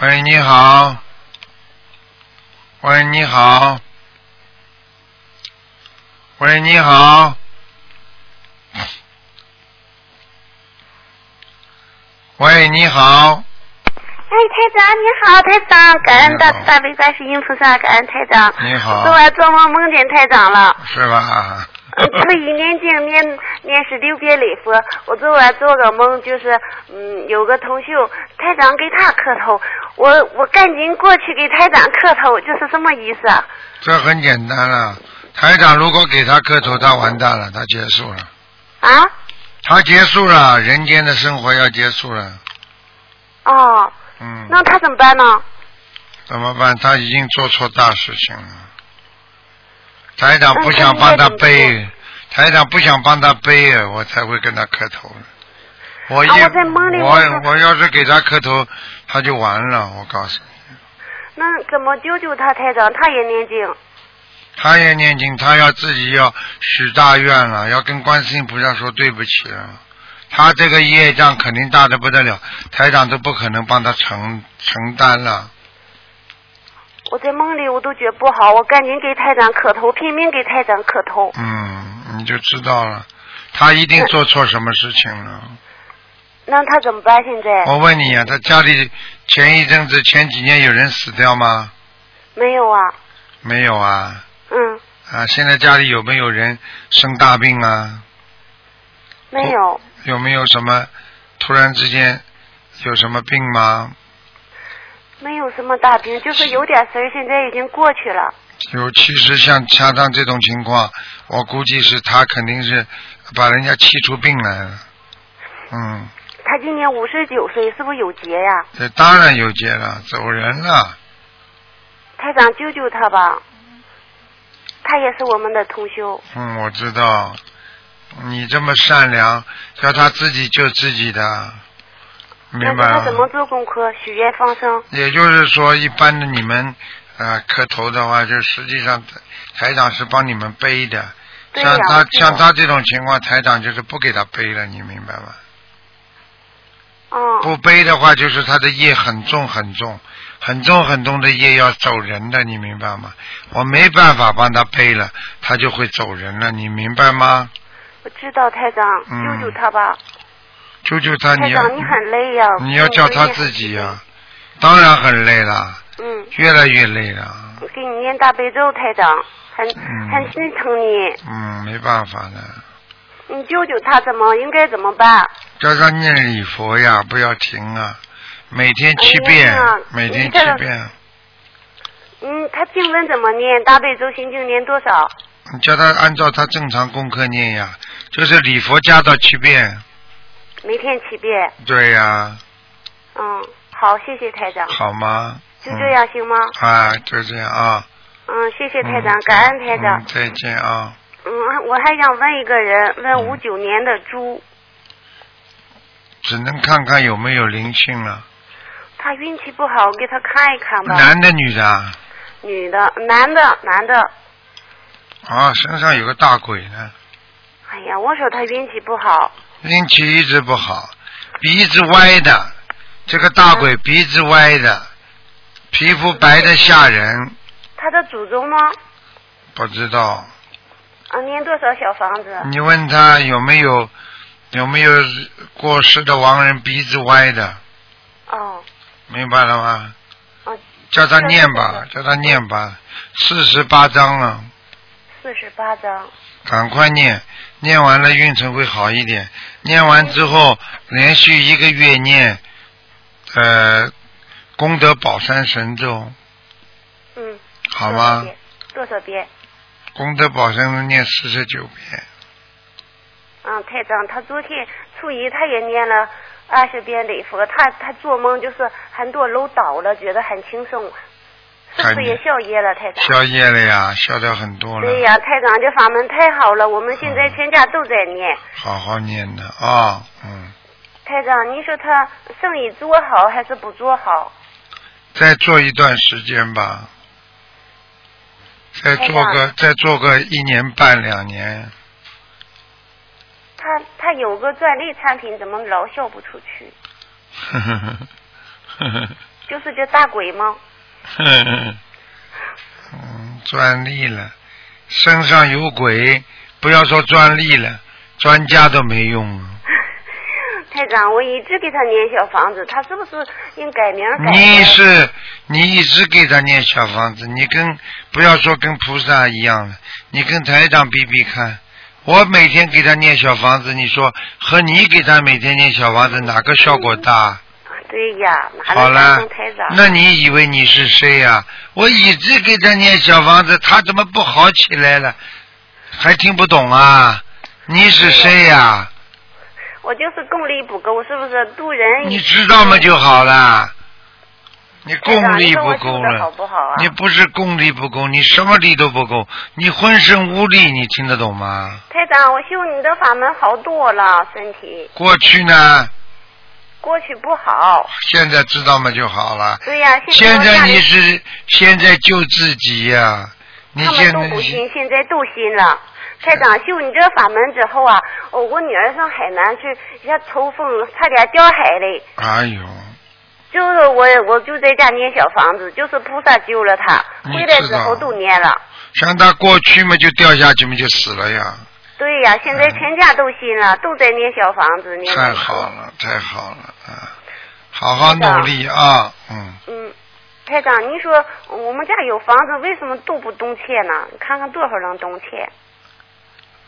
[SPEAKER 1] 喂，你好。喂，你好。喂，你好。喂，你好。
[SPEAKER 6] 哎，台长你好，台长，感恩大
[SPEAKER 1] 你好
[SPEAKER 6] 大悲观世音菩萨，感恩台长。
[SPEAKER 1] 你好
[SPEAKER 6] 昨晚做梦梦见台 长了，
[SPEAKER 1] 是吧？
[SPEAKER 6] 我一念经念念十六遍礼佛。我昨晚做个梦，就是嗯，有个同修，台长给他磕头，我我赶紧过去给台长磕头，这是什么意思啊？
[SPEAKER 1] 这很简单了。台长如果给他磕头，他完蛋了，他结束了，
[SPEAKER 6] 啊？
[SPEAKER 1] 他结束了，人间的生活要结束了。
[SPEAKER 6] 哦，
[SPEAKER 1] 嗯。
[SPEAKER 6] 那他怎么办呢？
[SPEAKER 1] 怎么办？他已经做错大事情了。台长不想帮他背，台长不想帮他背，我才会跟他磕头呢。我一、
[SPEAKER 6] 啊我在梦里我
[SPEAKER 1] 我我要是给他磕头，他就完了。我告诉你，
[SPEAKER 6] 那怎么救救他？台长，他也念经。
[SPEAKER 1] 他也念经，他要自己要许大愿了，要跟观世音菩萨说对不起了。他这个业障肯定大的不得了，台长都不可能帮他承承担了。
[SPEAKER 6] 我在梦里我都觉不好，我赶紧给台长磕头，拼命给台长磕头。
[SPEAKER 1] 嗯，你就知道了，他一定做错什么事情了。
[SPEAKER 6] 那他怎么办？现在、
[SPEAKER 1] 我问你啊，他家里前一阵子、前几年有人死掉吗？
[SPEAKER 6] 没有啊？
[SPEAKER 1] 哦没有啊，
[SPEAKER 6] 嗯，
[SPEAKER 1] 啊，现在家里有没有人生大病啊？
[SPEAKER 6] 没有，
[SPEAKER 1] 有没有什么突然之间有什么病吗？
[SPEAKER 6] 没有什么大病，就是有点事儿，现在已经过去了。
[SPEAKER 1] 有，其实像恰当这种情况，我估计是他肯定是把人家气出病来了。嗯，
[SPEAKER 6] 他今年五十九岁，是不是有劫呀？
[SPEAKER 1] 这当然有结了，走人了。
[SPEAKER 6] 台长救救他吧，他也是我们的同修。
[SPEAKER 1] 嗯，我知道，你这么善良，叫他自己救自己的，
[SPEAKER 6] 那
[SPEAKER 1] 明白
[SPEAKER 6] 他怎么
[SPEAKER 1] 了。
[SPEAKER 6] 做功课？许愿放生？
[SPEAKER 1] 也就是说，一般的你们呃磕头的话，就实际上台台长是帮你们背的。
[SPEAKER 6] 对呀
[SPEAKER 1] 像他、
[SPEAKER 6] 我知道
[SPEAKER 1] 像他这种情况，台长就是不给他背了，你明白吗？
[SPEAKER 6] 嗯
[SPEAKER 1] 不背的话，就是他的业很重很重，很重很重的业要走人的，你明白吗？我没办法帮他背了，他就会走人了，你明白吗？
[SPEAKER 6] 我知道台长，
[SPEAKER 1] 嗯
[SPEAKER 6] 救救他吧！
[SPEAKER 1] 救救他，
[SPEAKER 6] 台
[SPEAKER 1] 你要
[SPEAKER 6] 长，你很累呀、
[SPEAKER 1] 你要叫他自己呀、啊当然很累了，
[SPEAKER 6] 嗯，
[SPEAKER 1] 越来越累了，
[SPEAKER 6] 我给你念大悲咒，台长，很
[SPEAKER 1] 嗯
[SPEAKER 6] 很心疼你，
[SPEAKER 1] 嗯，没办法的，
[SPEAKER 6] 你救救他怎么应该怎么办？
[SPEAKER 1] 叫他念礼佛呀，不要停啊，每天七
[SPEAKER 6] 哎
[SPEAKER 1] 遍，
[SPEAKER 6] 呀
[SPEAKER 1] 每天
[SPEAKER 6] 你
[SPEAKER 1] 七
[SPEAKER 6] 这个
[SPEAKER 1] 遍，
[SPEAKER 6] 嗯，他经文怎么念？大悲咒心经念多少？
[SPEAKER 1] 你叫他按照他正常功课念呀，就是礼佛加到七遍，
[SPEAKER 6] 每天七遍。
[SPEAKER 1] 对呀、
[SPEAKER 6] 嗯，好，谢谢台长，
[SPEAKER 1] 好吗？
[SPEAKER 6] 就这样行吗？
[SPEAKER 1] 嗯、啊，就这样啊。
[SPEAKER 6] 嗯，谢谢
[SPEAKER 1] 谢
[SPEAKER 6] 台长，感恩台长
[SPEAKER 1] 嗯。。再见啊，
[SPEAKER 6] 嗯，我还想问一个人，问五九年的猪，
[SPEAKER 1] 只能看看有没有灵性了。
[SPEAKER 6] 他运气不好，给他看一看吧。
[SPEAKER 1] 男的女的啊？
[SPEAKER 6] 女的，男的，男的。
[SPEAKER 1] 啊，身上有个大鬼呢，
[SPEAKER 6] 哎呀，我说他运气不好，
[SPEAKER 1] 运气一直不好，鼻子歪的，这个大
[SPEAKER 6] 嗯
[SPEAKER 1] 鬼鼻子歪的，皮肤白的吓人，
[SPEAKER 6] 他的祖宗吗？
[SPEAKER 1] 不知道。
[SPEAKER 6] 啊，念多少小房子？
[SPEAKER 1] 你问他有没有有没有过世的亡人鼻子歪的，
[SPEAKER 6] 哦，
[SPEAKER 1] 明白了吗
[SPEAKER 6] 哦？
[SPEAKER 1] 叫他念
[SPEAKER 6] 是
[SPEAKER 1] 吧，叫他念吧，四十八章了。
[SPEAKER 6] 四十八张。
[SPEAKER 1] 赶快念，念完了运程会好一点。念完之后，连续一个月念，呃，功德宝山神咒，
[SPEAKER 6] 嗯。
[SPEAKER 1] 好吗
[SPEAKER 6] 多少？遍？多少遍？
[SPEAKER 1] 功德宝山咒念四十九遍，
[SPEAKER 6] 嗯，太长，他昨天初一他也念了二十遍礼佛，他他做梦就是很多楼倒了，觉得很轻松，是不
[SPEAKER 1] 看
[SPEAKER 6] 是
[SPEAKER 1] 见
[SPEAKER 6] 也消业了，太长？
[SPEAKER 1] 消业了呀，消掉很多了。嗯
[SPEAKER 6] 对呀、太长这法门太好了，我们现在全家都在念。
[SPEAKER 1] 好好念的啊、嗯，
[SPEAKER 6] 太长，你说他生意做好还是不做好？
[SPEAKER 1] 再做一段时间吧，再做
[SPEAKER 6] 哎
[SPEAKER 1] 个再做个一年半两年，
[SPEAKER 6] 他他有个专利产品，怎么老销不出去？
[SPEAKER 1] 呵呵呵呵呵。
[SPEAKER 6] 就是这大鬼吗？
[SPEAKER 1] 嗯，专利了，身上有鬼，不要说专利了，专家都没用啊。
[SPEAKER 6] 太长，我一直给他念小房子，他是不是应改名改名？
[SPEAKER 1] 你是你一直给他念小房子，你跟不要说跟菩萨一样了，你跟台长比比看。我每天给他念小房子，你说和你给他每天念小房子哪个效果大？
[SPEAKER 6] 对呀，哪
[SPEAKER 1] 好
[SPEAKER 6] 能当
[SPEAKER 1] 了
[SPEAKER 6] 成台长？，
[SPEAKER 1] 那你以为你是谁呀、我一直给他念小房子，他怎么不好起来了？还听不懂啊？你是谁呀、
[SPEAKER 6] 我就是功力不够，是不是渡人？
[SPEAKER 1] 你知道吗就好了。你
[SPEAKER 6] 台长
[SPEAKER 1] 功力不
[SPEAKER 6] 你说
[SPEAKER 1] 够
[SPEAKER 6] 我修得好
[SPEAKER 1] 了，
[SPEAKER 6] 不好啊？
[SPEAKER 1] 你不是功力不够，你什么力都不够，你浑身无力，你听得懂吗？
[SPEAKER 6] 台长，我修你的法门好多了，身体
[SPEAKER 1] 过去呢，
[SPEAKER 6] 过去不好。
[SPEAKER 1] 现在知道吗就好了。
[SPEAKER 6] 对呀，
[SPEAKER 1] 现
[SPEAKER 6] 在
[SPEAKER 1] 在你是现在救自己呀、你
[SPEAKER 6] 他
[SPEAKER 1] 现
[SPEAKER 6] 们
[SPEAKER 1] 在
[SPEAKER 6] 都不信，现在都信了。台长修你这法门之后啊，哦，我女儿上海南去，一下抽风，差点掉海里。
[SPEAKER 1] 哎呦，
[SPEAKER 6] 就是我，我就在家念小房子，就是菩萨救了她。
[SPEAKER 1] 你
[SPEAKER 6] 回来
[SPEAKER 1] 知
[SPEAKER 6] 之
[SPEAKER 1] 道
[SPEAKER 6] 后都念了。
[SPEAKER 1] 像他过去嘛，就掉下去嘛，就死了呀。
[SPEAKER 6] 对呀，现在全家都信了，都在念小房子，念
[SPEAKER 1] 太好了，太好了啊！好好努力啊，嗯，
[SPEAKER 6] 嗯，台长，你说我们家有房子，为什么都不动迁呢？你看看多少人动迁。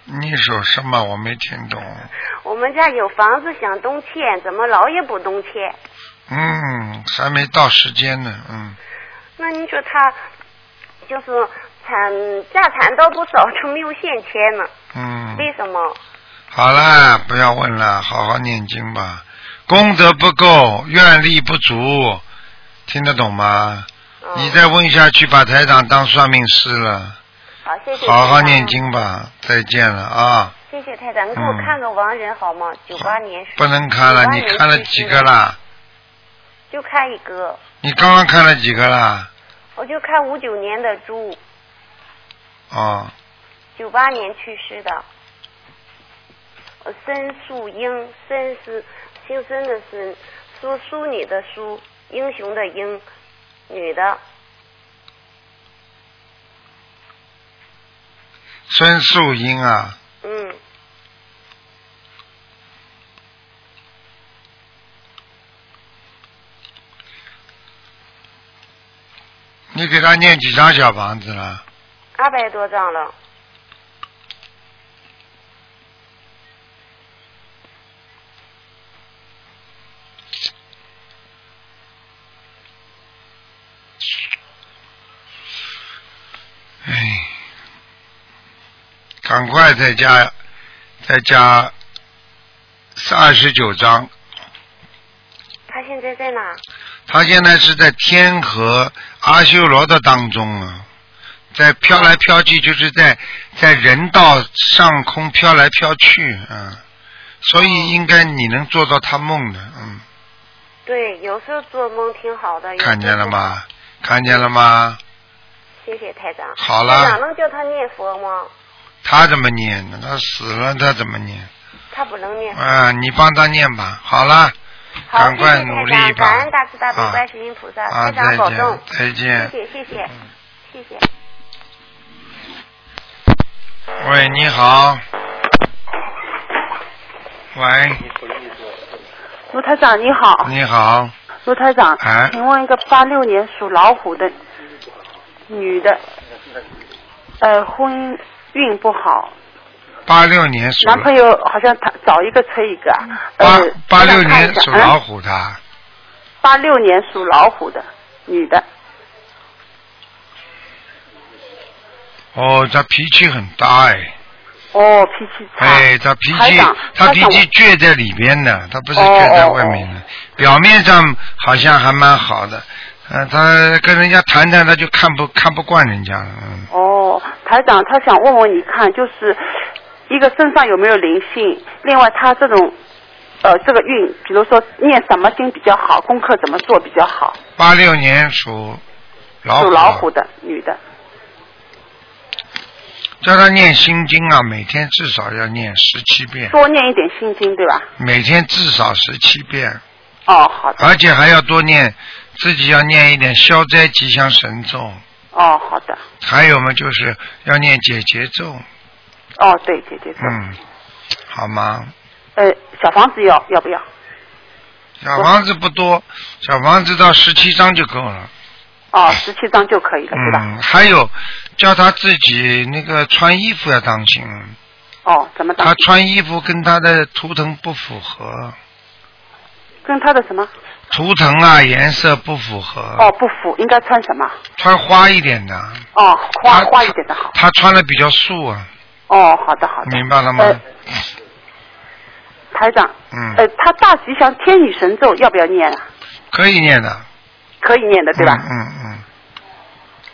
[SPEAKER 1] 你说什么？我没听懂。
[SPEAKER 6] 我们家有房子想动迁，怎么老也不动迁？
[SPEAKER 1] 嗯，还没到时间呢，嗯，
[SPEAKER 6] 那你说他就是产家产到不少，就没有现钱呢？
[SPEAKER 1] 嗯，
[SPEAKER 6] 为什么？
[SPEAKER 1] 好啦，不要问了，好好念经吧。功德不够，愿力不足，听得懂吗？
[SPEAKER 6] 嗯、
[SPEAKER 1] 你再问下去，把台长当算命师了。
[SPEAKER 6] 好，谢谢台长。
[SPEAKER 1] 好好念经吧，再见了啊！
[SPEAKER 6] 谢谢台长，你给我
[SPEAKER 1] 嗯
[SPEAKER 6] 看个亡人好吗？九八年属
[SPEAKER 1] 不能看
[SPEAKER 6] 啊
[SPEAKER 1] 了，你看了几个啦？
[SPEAKER 6] 就看一个，
[SPEAKER 1] 你刚刚看了几个啦？
[SPEAKER 6] 我就看五九年的猪，
[SPEAKER 1] 哦，
[SPEAKER 6] 九八年去世的，呃申树英，申是姓申的申，淑淑女的淑，英雄的英，女的
[SPEAKER 1] 孙素英啊，
[SPEAKER 6] 嗯，
[SPEAKER 1] 你给他念几张小房子了？
[SPEAKER 6] 二百多张了。
[SPEAKER 1] 哎，赶快再加再加二十九张。
[SPEAKER 6] 他现在在哪？
[SPEAKER 1] 他现在是在天和阿修罗的当中啊，在飘来飘去，就是在在人道上空飘来飘去啊，所以应该你能做到他梦的，嗯，
[SPEAKER 6] 对，有时候做梦挺好的。有时候
[SPEAKER 1] 看见了？吗？看见了吗？
[SPEAKER 6] 谢谢台长。
[SPEAKER 1] 好
[SPEAKER 6] 台长
[SPEAKER 1] 了，
[SPEAKER 6] 能叫他念佛吗？
[SPEAKER 1] 他怎么念呢？他死了，他怎么念？
[SPEAKER 6] 他不能念。
[SPEAKER 1] 啊，你帮他念吧。好了，
[SPEAKER 6] 好，
[SPEAKER 1] 赶快
[SPEAKER 6] 谢谢
[SPEAKER 1] 努
[SPEAKER 6] 台长
[SPEAKER 1] 力
[SPEAKER 6] 感
[SPEAKER 1] 吧
[SPEAKER 6] 恩。大慈大悲
[SPEAKER 1] 啊
[SPEAKER 6] 观世音菩萨，
[SPEAKER 1] 啊，
[SPEAKER 6] 台长
[SPEAKER 1] 再
[SPEAKER 6] 保
[SPEAKER 1] 见
[SPEAKER 6] 重。，
[SPEAKER 1] 再见。嗯
[SPEAKER 6] 谢谢谢谢谢谢。
[SPEAKER 1] 喂，你好。喂，
[SPEAKER 7] 卢台长你好，
[SPEAKER 1] 你好，
[SPEAKER 7] 卢台长，
[SPEAKER 1] 哎
[SPEAKER 7] 请问一个八六年属老虎的女的，呃，婚运不好，
[SPEAKER 1] 八六年属嗯
[SPEAKER 7] 男朋友好像他找一个催一个啊，
[SPEAKER 1] 八
[SPEAKER 7] 呃，
[SPEAKER 1] 八六年属老
[SPEAKER 7] 虎，
[SPEAKER 1] 虎的，
[SPEAKER 7] 八六年属老虎的女的，
[SPEAKER 1] 哦，他脾气很大哎，
[SPEAKER 7] 哦，脾气差，
[SPEAKER 1] 哎，他脾
[SPEAKER 7] 台
[SPEAKER 1] 气
[SPEAKER 7] 长
[SPEAKER 1] 他
[SPEAKER 7] 台
[SPEAKER 1] 脾
[SPEAKER 7] 长
[SPEAKER 1] 气
[SPEAKER 7] 我
[SPEAKER 1] 倔在里边的，他不
[SPEAKER 7] 哦
[SPEAKER 1] 是倔在外面的，表面上好像还蛮好的，嗯、他跟人家谈谈他就看不看不惯人家了，嗯，
[SPEAKER 7] 哦，台长，他想问问你看，就是一个身上有没有灵性，另外他这种呃这个运，比如说念什么经比较好，功课怎么做比较好？
[SPEAKER 1] 八六年属老
[SPEAKER 7] 属
[SPEAKER 1] 虎，啊
[SPEAKER 7] 老虎的女的，
[SPEAKER 1] 叫他念心经啊，每天至少要念十七遍。
[SPEAKER 7] 多念一点心经，对吧？
[SPEAKER 1] 每天至少十七遍，
[SPEAKER 7] 哦，好的，
[SPEAKER 1] 而且还要多念，自己要念一点消灾吉祥神咒，
[SPEAKER 7] 哦，好的，
[SPEAKER 1] 还有嘛就是要念解结咒，
[SPEAKER 7] 哦，对，姐姐说，
[SPEAKER 1] 嗯，好吗？
[SPEAKER 7] 呃，小房子要要不要？
[SPEAKER 1] 小房子不多，小房子到十七章就够了，
[SPEAKER 7] 哦，十七张就可以了，对吧？
[SPEAKER 1] 嗯，还有叫他自己那个穿衣服要当心，啊
[SPEAKER 7] 哦，怎么打
[SPEAKER 1] 他？穿衣服跟他的图腾不符合，
[SPEAKER 7] 跟他的什么？
[SPEAKER 1] 图腾啊颜色不符合，
[SPEAKER 7] 哦，不符，应该穿什么？
[SPEAKER 1] 穿花一点的，
[SPEAKER 7] 哦，花
[SPEAKER 1] 他
[SPEAKER 7] 花一点的好。
[SPEAKER 1] 他穿的比较素啊，
[SPEAKER 7] 哦，好的，好的。
[SPEAKER 1] 明白了吗？
[SPEAKER 7] 呃台长，
[SPEAKER 1] 嗯
[SPEAKER 7] 呃，他大吉祥天女神咒要不要念啊？
[SPEAKER 1] 可以念的，
[SPEAKER 7] 可以念的，对吧？
[SPEAKER 1] 嗯嗯嗯，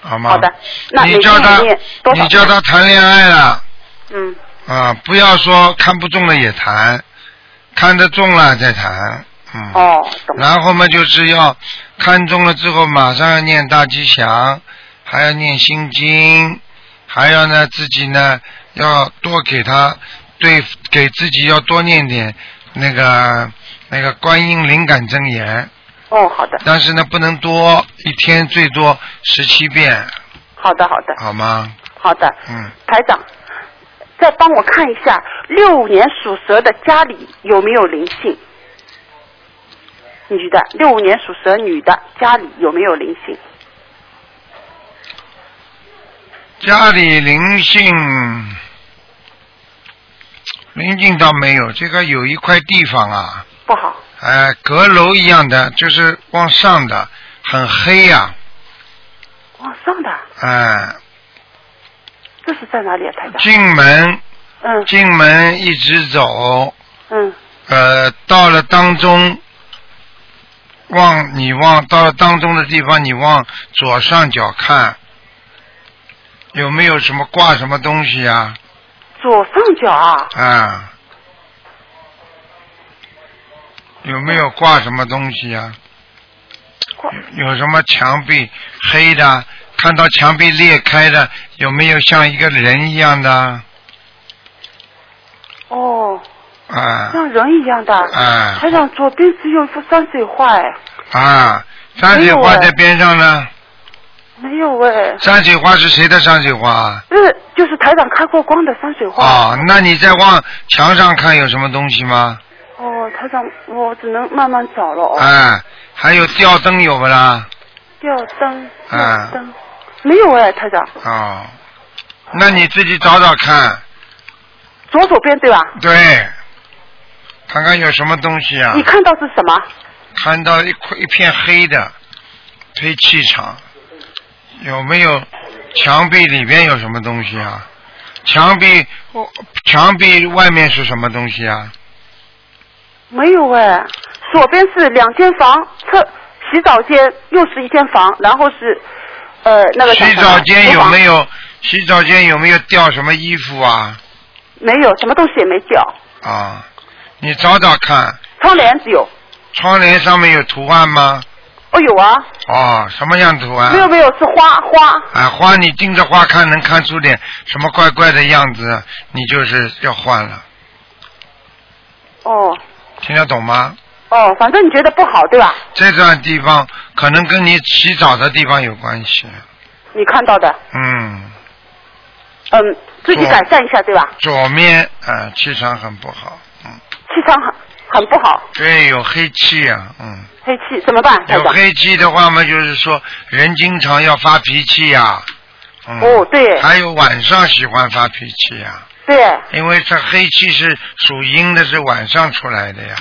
[SPEAKER 1] 好吗？
[SPEAKER 7] 好的，那
[SPEAKER 1] 你
[SPEAKER 7] 每
[SPEAKER 1] 叫
[SPEAKER 7] 天
[SPEAKER 1] 他
[SPEAKER 7] 要念多，少？
[SPEAKER 1] 你叫他谈恋爱了
[SPEAKER 7] 嗯，
[SPEAKER 1] 啊，不要说看不中了也谈，看得中了再谈，嗯。。
[SPEAKER 7] 哦，懂了。
[SPEAKER 1] 然后嘛，就是要看中了之后，马上要念大吉祥，还要念心经，还要呢自己呢要多给他对给自己要多念点那个那个观音灵感真言，
[SPEAKER 7] 哦，好的，
[SPEAKER 1] 但是呢不能多，一天最多十七遍，
[SPEAKER 7] 好的，好的，
[SPEAKER 1] 好吗？
[SPEAKER 7] 好的。
[SPEAKER 1] 嗯，
[SPEAKER 7] 台长，再帮我看一下，六五年属蛇的家里有没有灵性？女的，六五年属蛇女的家里有没有灵性？
[SPEAKER 1] 家里灵性灵性倒没有，这个有一块地方啊，
[SPEAKER 7] 不好，
[SPEAKER 1] 呃，阁楼一样的，就是往上的，很黑呀、
[SPEAKER 7] 往上的，
[SPEAKER 1] 啊，哎、
[SPEAKER 7] 这是在哪里啊，台长？
[SPEAKER 1] 进门
[SPEAKER 7] 嗯
[SPEAKER 1] 进门一直走，
[SPEAKER 7] 嗯，
[SPEAKER 1] 呃，到了当中，往你往到了当中的地方，你往左上角看，有没有什么挂什么东西啊呀、
[SPEAKER 7] 左上角啊，
[SPEAKER 1] 啊？有没有挂什么东西呀、
[SPEAKER 7] 挂
[SPEAKER 1] 有什么墙壁黑的？看到墙壁裂开的，有没有像一个人一样的？
[SPEAKER 7] 哦，
[SPEAKER 1] 啊
[SPEAKER 7] 像人一样的。
[SPEAKER 1] 啊
[SPEAKER 7] 台长左边只有一幅山水画，哎，
[SPEAKER 1] 啊！山水画在边上呢，
[SPEAKER 7] 啊没有哎，
[SPEAKER 1] 山水画是谁的山水画啊？
[SPEAKER 7] 是就是台长开过光的山水画。
[SPEAKER 1] 哦，那你再往墙上看有什么东西吗？
[SPEAKER 7] 哦，台长，我只能慢慢找了哦。
[SPEAKER 1] 啊，还有吊灯有不啦？
[SPEAKER 7] 吊灯，
[SPEAKER 1] 啊
[SPEAKER 7] 吊灯，没有哎，台长，
[SPEAKER 1] 哦，那你自己找找看，
[SPEAKER 7] 左手边对
[SPEAKER 1] 啊
[SPEAKER 7] 吧？
[SPEAKER 1] 对，看看有什么东西啊
[SPEAKER 7] 你？看到是什么？
[SPEAKER 1] 看到一块一片黑的，黑气场，有没有墙壁里边有什么东西啊？墙壁，哦墙壁外面是什么东西啊？
[SPEAKER 7] 没有哎，左边是两间房，厕洗澡间又是一间房，然后是呃那个叫
[SPEAKER 1] 洗
[SPEAKER 7] 什么
[SPEAKER 1] 澡间有没
[SPEAKER 7] 有？
[SPEAKER 1] 有？洗澡间有没有掉什么衣服啊？
[SPEAKER 7] 没有，什么东西也没掉，
[SPEAKER 1] 啊，你找找看，
[SPEAKER 7] 窗帘只有。
[SPEAKER 1] 窗帘上面有图案吗？
[SPEAKER 7] 哦，有啊，
[SPEAKER 1] 哦，什么样图案？
[SPEAKER 7] 没有没有，是花花。
[SPEAKER 1] 啊，花你盯着花看，能看出点什么怪怪的样子，你就是要换了，
[SPEAKER 7] 哦
[SPEAKER 1] 听得懂吗？
[SPEAKER 7] 哦，反正你觉得不好对吧？
[SPEAKER 1] 这段地方可能跟你洗澡的地方有关系，
[SPEAKER 7] 你看到的，
[SPEAKER 1] 嗯，
[SPEAKER 7] 嗯，自己
[SPEAKER 1] 左
[SPEAKER 7] 改善一下对吧？
[SPEAKER 1] 左面啊气场很不好，嗯，
[SPEAKER 7] 气场很很不好，
[SPEAKER 1] 对，有黑气啊，嗯，
[SPEAKER 7] 黑气怎么办，台
[SPEAKER 1] 有
[SPEAKER 7] 长？
[SPEAKER 1] 黑气的话嘛，就是说人经常要发脾气呀、嗯，
[SPEAKER 7] 哦，对
[SPEAKER 1] 还有晚上喜欢发脾气呀、
[SPEAKER 7] 对，
[SPEAKER 1] 因为这黑气是属阴的，是晚上出来的呀，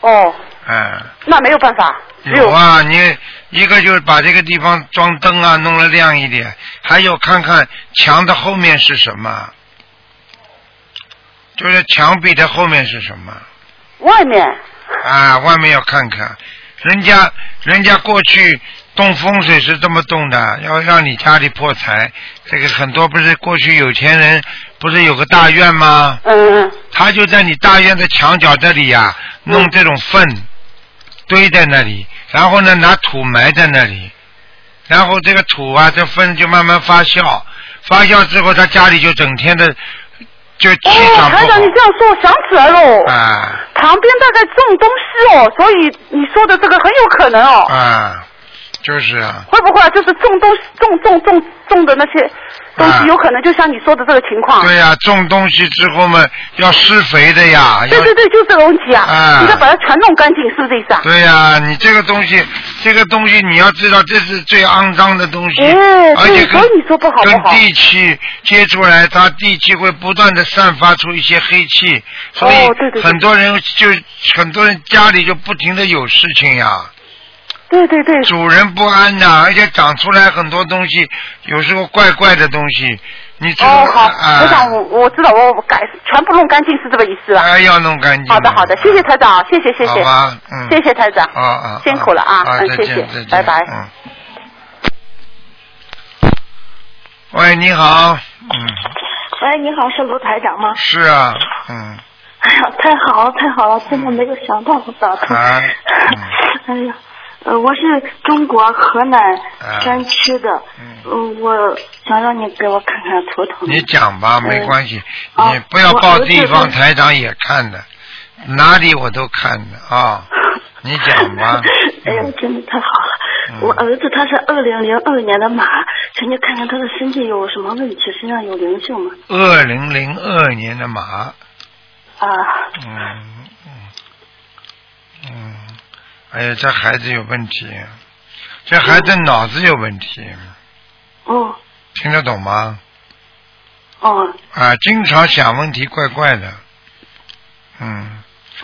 [SPEAKER 7] 哦，
[SPEAKER 1] 嗯。
[SPEAKER 7] 那没有办法，只
[SPEAKER 1] 有啊，你一个就是把这个地方装灯啊，弄得亮一点，还有看看墙的后面是什么，就是墙壁的后面是什么
[SPEAKER 7] 外面
[SPEAKER 1] 啊，外面要看看，人家人家过去动风水是这么动的，要让你家里破财，这个很多不是过去有钱人不是有个大院吗？
[SPEAKER 7] 嗯
[SPEAKER 1] 他就在你大院的墙角这里呀、弄这种粪堆在那里，然后呢拿土埋在那里，然后这个土啊这粪就慢慢发酵，发酵之后他家里就整天的就气
[SPEAKER 7] 哦，
[SPEAKER 1] 场不
[SPEAKER 7] 台长，你这
[SPEAKER 1] 好、
[SPEAKER 7] 样说，我想起来喽。
[SPEAKER 1] 啊
[SPEAKER 7] 旁边大概种东西哦，所以你说的这个很有可能哦。
[SPEAKER 1] 啊，就是啊
[SPEAKER 7] 会不会就是种东西、种种种种的那些东
[SPEAKER 1] 啊
[SPEAKER 7] 西，有可能就像你说的这个情况？
[SPEAKER 1] 对啊呀、种东西之后嘛要施肥的呀，要
[SPEAKER 7] 对对对，就这个问题
[SPEAKER 1] 啊
[SPEAKER 7] 啊！你得把它全弄干净，是不是这意思啊？
[SPEAKER 1] 对呀、你这个东西，这个东西你要知道，这是最肮脏的东西，
[SPEAKER 7] 哎
[SPEAKER 1] 而且跟
[SPEAKER 7] 对所以你说不好不
[SPEAKER 1] 跟
[SPEAKER 7] 好
[SPEAKER 1] 地气接触来，它地气会不断的散发出一些黑气，所
[SPEAKER 7] 哦对
[SPEAKER 1] 以
[SPEAKER 7] 对对
[SPEAKER 1] 很多人就很多人家里就不停的有事情呀、
[SPEAKER 7] 对对对，
[SPEAKER 1] 主人不安呐、而且长出来很多东西，有时候怪怪的东西，你知道
[SPEAKER 7] 哦好，
[SPEAKER 1] 啊
[SPEAKER 7] 台长，我我知道，我我改全部弄干净是这个意思吧？
[SPEAKER 1] 哎要弄干净。
[SPEAKER 7] 好的好的，谢谢台长，谢谢谢
[SPEAKER 1] 好
[SPEAKER 7] 谢
[SPEAKER 1] 吧嗯，
[SPEAKER 7] 谢谢台长
[SPEAKER 1] 啊啊，
[SPEAKER 7] 辛苦了啊，
[SPEAKER 1] 啊，
[SPEAKER 7] 嗯
[SPEAKER 1] 再
[SPEAKER 7] 谢
[SPEAKER 1] 见
[SPEAKER 7] 谢
[SPEAKER 1] 再见，
[SPEAKER 7] 拜拜。
[SPEAKER 1] 嗯。喂，你好，嗯，
[SPEAKER 8] 喂，你好，是卢台长吗？
[SPEAKER 1] 是啊，嗯，
[SPEAKER 8] 哎呀，太好了，太好了，真的没有想到我打通。
[SPEAKER 1] 啊
[SPEAKER 8] 哎呀，呃，我是中国河南山区的，
[SPEAKER 1] 嗯
[SPEAKER 8] 呃，我想让你给我看看图腾。
[SPEAKER 1] 你讲吧，没关系，
[SPEAKER 8] 嗯啊
[SPEAKER 1] 你不要
[SPEAKER 8] 我
[SPEAKER 1] 报
[SPEAKER 8] 儿子
[SPEAKER 1] 地方
[SPEAKER 8] 是，
[SPEAKER 1] 台长也看的，哪里我都看的啊，你讲吧
[SPEAKER 8] 哎呀
[SPEAKER 1] 嗯，
[SPEAKER 8] 真的太好了！
[SPEAKER 1] 嗯
[SPEAKER 8] 我儿子他是二零零二年的马，请你看看他的身体有什么问题，身上有灵性吗？
[SPEAKER 1] 二零零二年的马，
[SPEAKER 8] 啊，
[SPEAKER 1] 嗯嗯嗯，哎呀，这孩子有问题，这孩子脑子有问题，
[SPEAKER 8] 哦
[SPEAKER 1] 听得懂吗？
[SPEAKER 8] 哦
[SPEAKER 1] 啊，经常想问题怪怪的，嗯，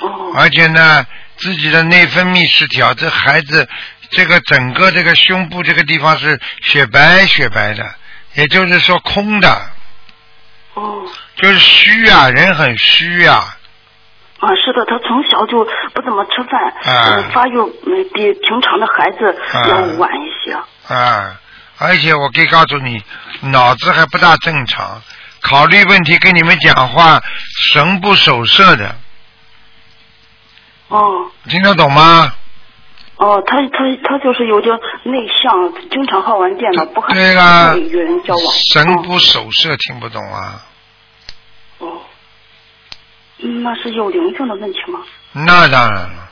[SPEAKER 8] 哦
[SPEAKER 1] 而且呢，自己的内分泌失调，这孩子这个整个这个胸部这个地方是雪白雪白的，也就是说空的，
[SPEAKER 8] 哦。
[SPEAKER 1] 就是虚啊，人很虚啊，
[SPEAKER 8] 啊，是的，他从小就不怎么吃饭，
[SPEAKER 1] 啊
[SPEAKER 8] 呃发育嗯比平常的孩子要
[SPEAKER 1] 啊
[SPEAKER 8] 晚一些。
[SPEAKER 1] 啊，而且我可以告诉你，脑子还不大正常，考虑问题跟你们讲话神不守舍的，
[SPEAKER 8] 哦
[SPEAKER 1] 听得懂吗？
[SPEAKER 8] 哦，他他他就是有点内向，经常好玩电脑，不和
[SPEAKER 1] 对啊啦
[SPEAKER 8] 不会与啊人交往。
[SPEAKER 1] 神不守舍，听不懂啊。
[SPEAKER 8] 哦。哦嗯那是有灵性的问题吗？
[SPEAKER 1] 那当然了，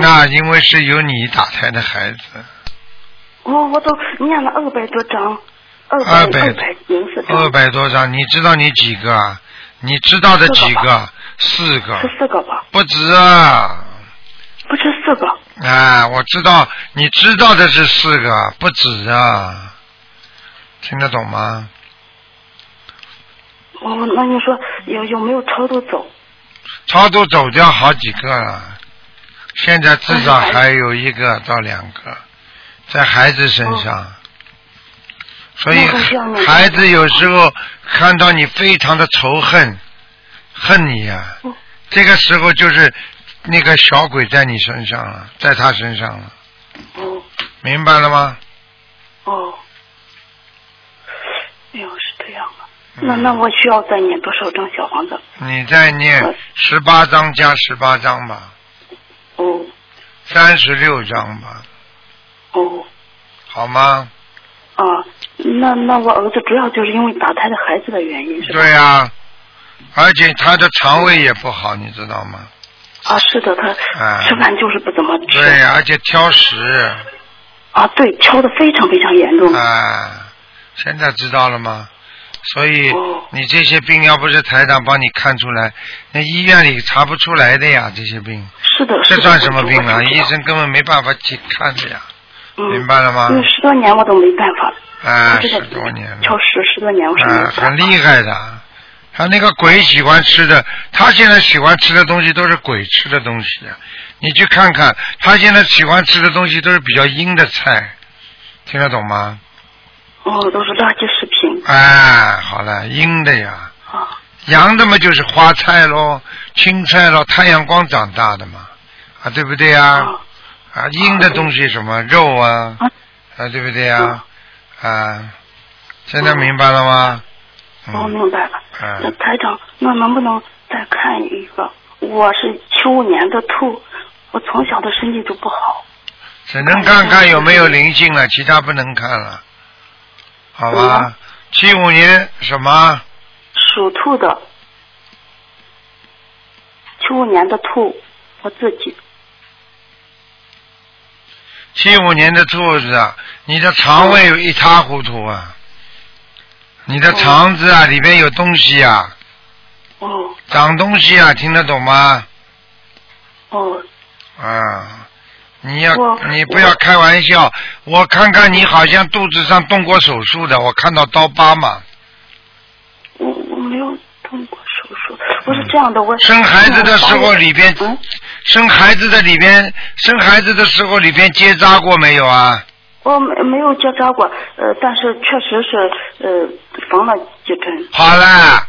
[SPEAKER 1] 那因为是有你打胎的孩子，
[SPEAKER 8] 哦我我都念了二百多章，二百
[SPEAKER 1] 二百
[SPEAKER 8] 二百零四章，
[SPEAKER 1] 二百多张，你知道你几个啊？你知道的几
[SPEAKER 8] 四个
[SPEAKER 1] 个？四个，
[SPEAKER 8] 十四个吧，
[SPEAKER 1] 不止啊！
[SPEAKER 8] 不是四个，
[SPEAKER 1] 啊，我知道，你知道的是四个，不止啊，听得懂吗？
[SPEAKER 8] 哦，那你说有有没有超度走？
[SPEAKER 1] 超度走掉好几个了，现在至少还有一个到两个在孩子身上，所以
[SPEAKER 8] 哦那还需要念
[SPEAKER 1] 孩子有时候看到你非常的仇恨，恨你呀、
[SPEAKER 8] 嗯
[SPEAKER 1] 这个时候就是那个小鬼在你身上了，在他身上了，
[SPEAKER 8] 哦
[SPEAKER 1] 明白了吗？
[SPEAKER 8] 哦，哎呦，是这样啊。那那我需要再念多少张小房子？
[SPEAKER 1] 你再念十八章加十八章吧，
[SPEAKER 8] 哦
[SPEAKER 1] 三十六章吧，
[SPEAKER 8] 哦
[SPEAKER 1] 好吗？
[SPEAKER 8] 啊，那那我儿子主要就是因为打胎的孩子的原因是吧？
[SPEAKER 1] 对呀、而且他的肠胃也不好，你知道吗？
[SPEAKER 8] 啊，是的，他
[SPEAKER 1] 啊
[SPEAKER 8] 吃饭就是不怎么吃。
[SPEAKER 1] 对、而且挑食
[SPEAKER 8] 啊，对，挑的非常非常严重。
[SPEAKER 1] 啊，现在知道了吗？所以
[SPEAKER 8] 哦
[SPEAKER 1] 你这些病要不是台长帮你看出来，那医院里查不出来的呀，这些病，
[SPEAKER 8] 是的，
[SPEAKER 1] 这
[SPEAKER 8] 是的
[SPEAKER 1] 算什么病
[SPEAKER 8] 我
[SPEAKER 1] 啊？
[SPEAKER 8] 知道
[SPEAKER 1] 医生根本没办法去看的呀，
[SPEAKER 8] 嗯
[SPEAKER 1] 明白了吗
[SPEAKER 8] 因？为十多年我都没办法，
[SPEAKER 1] 啊，
[SPEAKER 8] 我这
[SPEAKER 1] 十
[SPEAKER 8] 个
[SPEAKER 1] 多年了。
[SPEAKER 8] 挑食十多年我是没办
[SPEAKER 1] 啊，
[SPEAKER 8] 法。
[SPEAKER 1] 很厉害的。他那个鬼喜欢吃的，他现在喜欢吃的东西都是鬼吃的东西啊。你去看看，他现在喜欢吃的东西都是比较阴的菜，听得懂吗？
[SPEAKER 8] 哦，都是垃圾食品
[SPEAKER 1] 哎，好了，阴的呀，
[SPEAKER 8] 啊。
[SPEAKER 1] 阳的嘛就是花菜喽、青菜喽，太阳光长大的嘛，啊，对不对呀？
[SPEAKER 8] 啊
[SPEAKER 1] 啊，阴的东西什么肉啊
[SPEAKER 8] 啊，
[SPEAKER 1] 啊，对不对呀？啊，现在明白了吗？
[SPEAKER 8] 我
[SPEAKER 1] 嗯，
[SPEAKER 8] 明白了。
[SPEAKER 1] 嗯
[SPEAKER 8] 那台长，那能不能再看一个？我是七五年的兔，我从小的身体就不好。
[SPEAKER 1] 只能看看有没有灵性了，其他不能看了，好吧？七五年什么？
[SPEAKER 8] 属兔的，七五年的兔，我自己
[SPEAKER 1] 七五年的兔子，啊，你的肠胃一塌糊涂啊，你的肠子啊里边有东西啊，
[SPEAKER 8] 哦
[SPEAKER 1] 长东西啊，听得懂吗？
[SPEAKER 8] 哦
[SPEAKER 1] 啊，你要
[SPEAKER 8] 我
[SPEAKER 1] 你不要开玩笑，我看看你好像肚子上动过手术的，我看到刀疤嘛。
[SPEAKER 8] 我我没有动过手术，我是这样的，我
[SPEAKER 1] 嗯生孩子的时候里边
[SPEAKER 8] 嗯，
[SPEAKER 1] 生孩子的里边，生孩子的时候里边结扎过没有啊？
[SPEAKER 8] 我没没有结扎过，呃，但是确实是呃缝了几针，
[SPEAKER 1] 好了，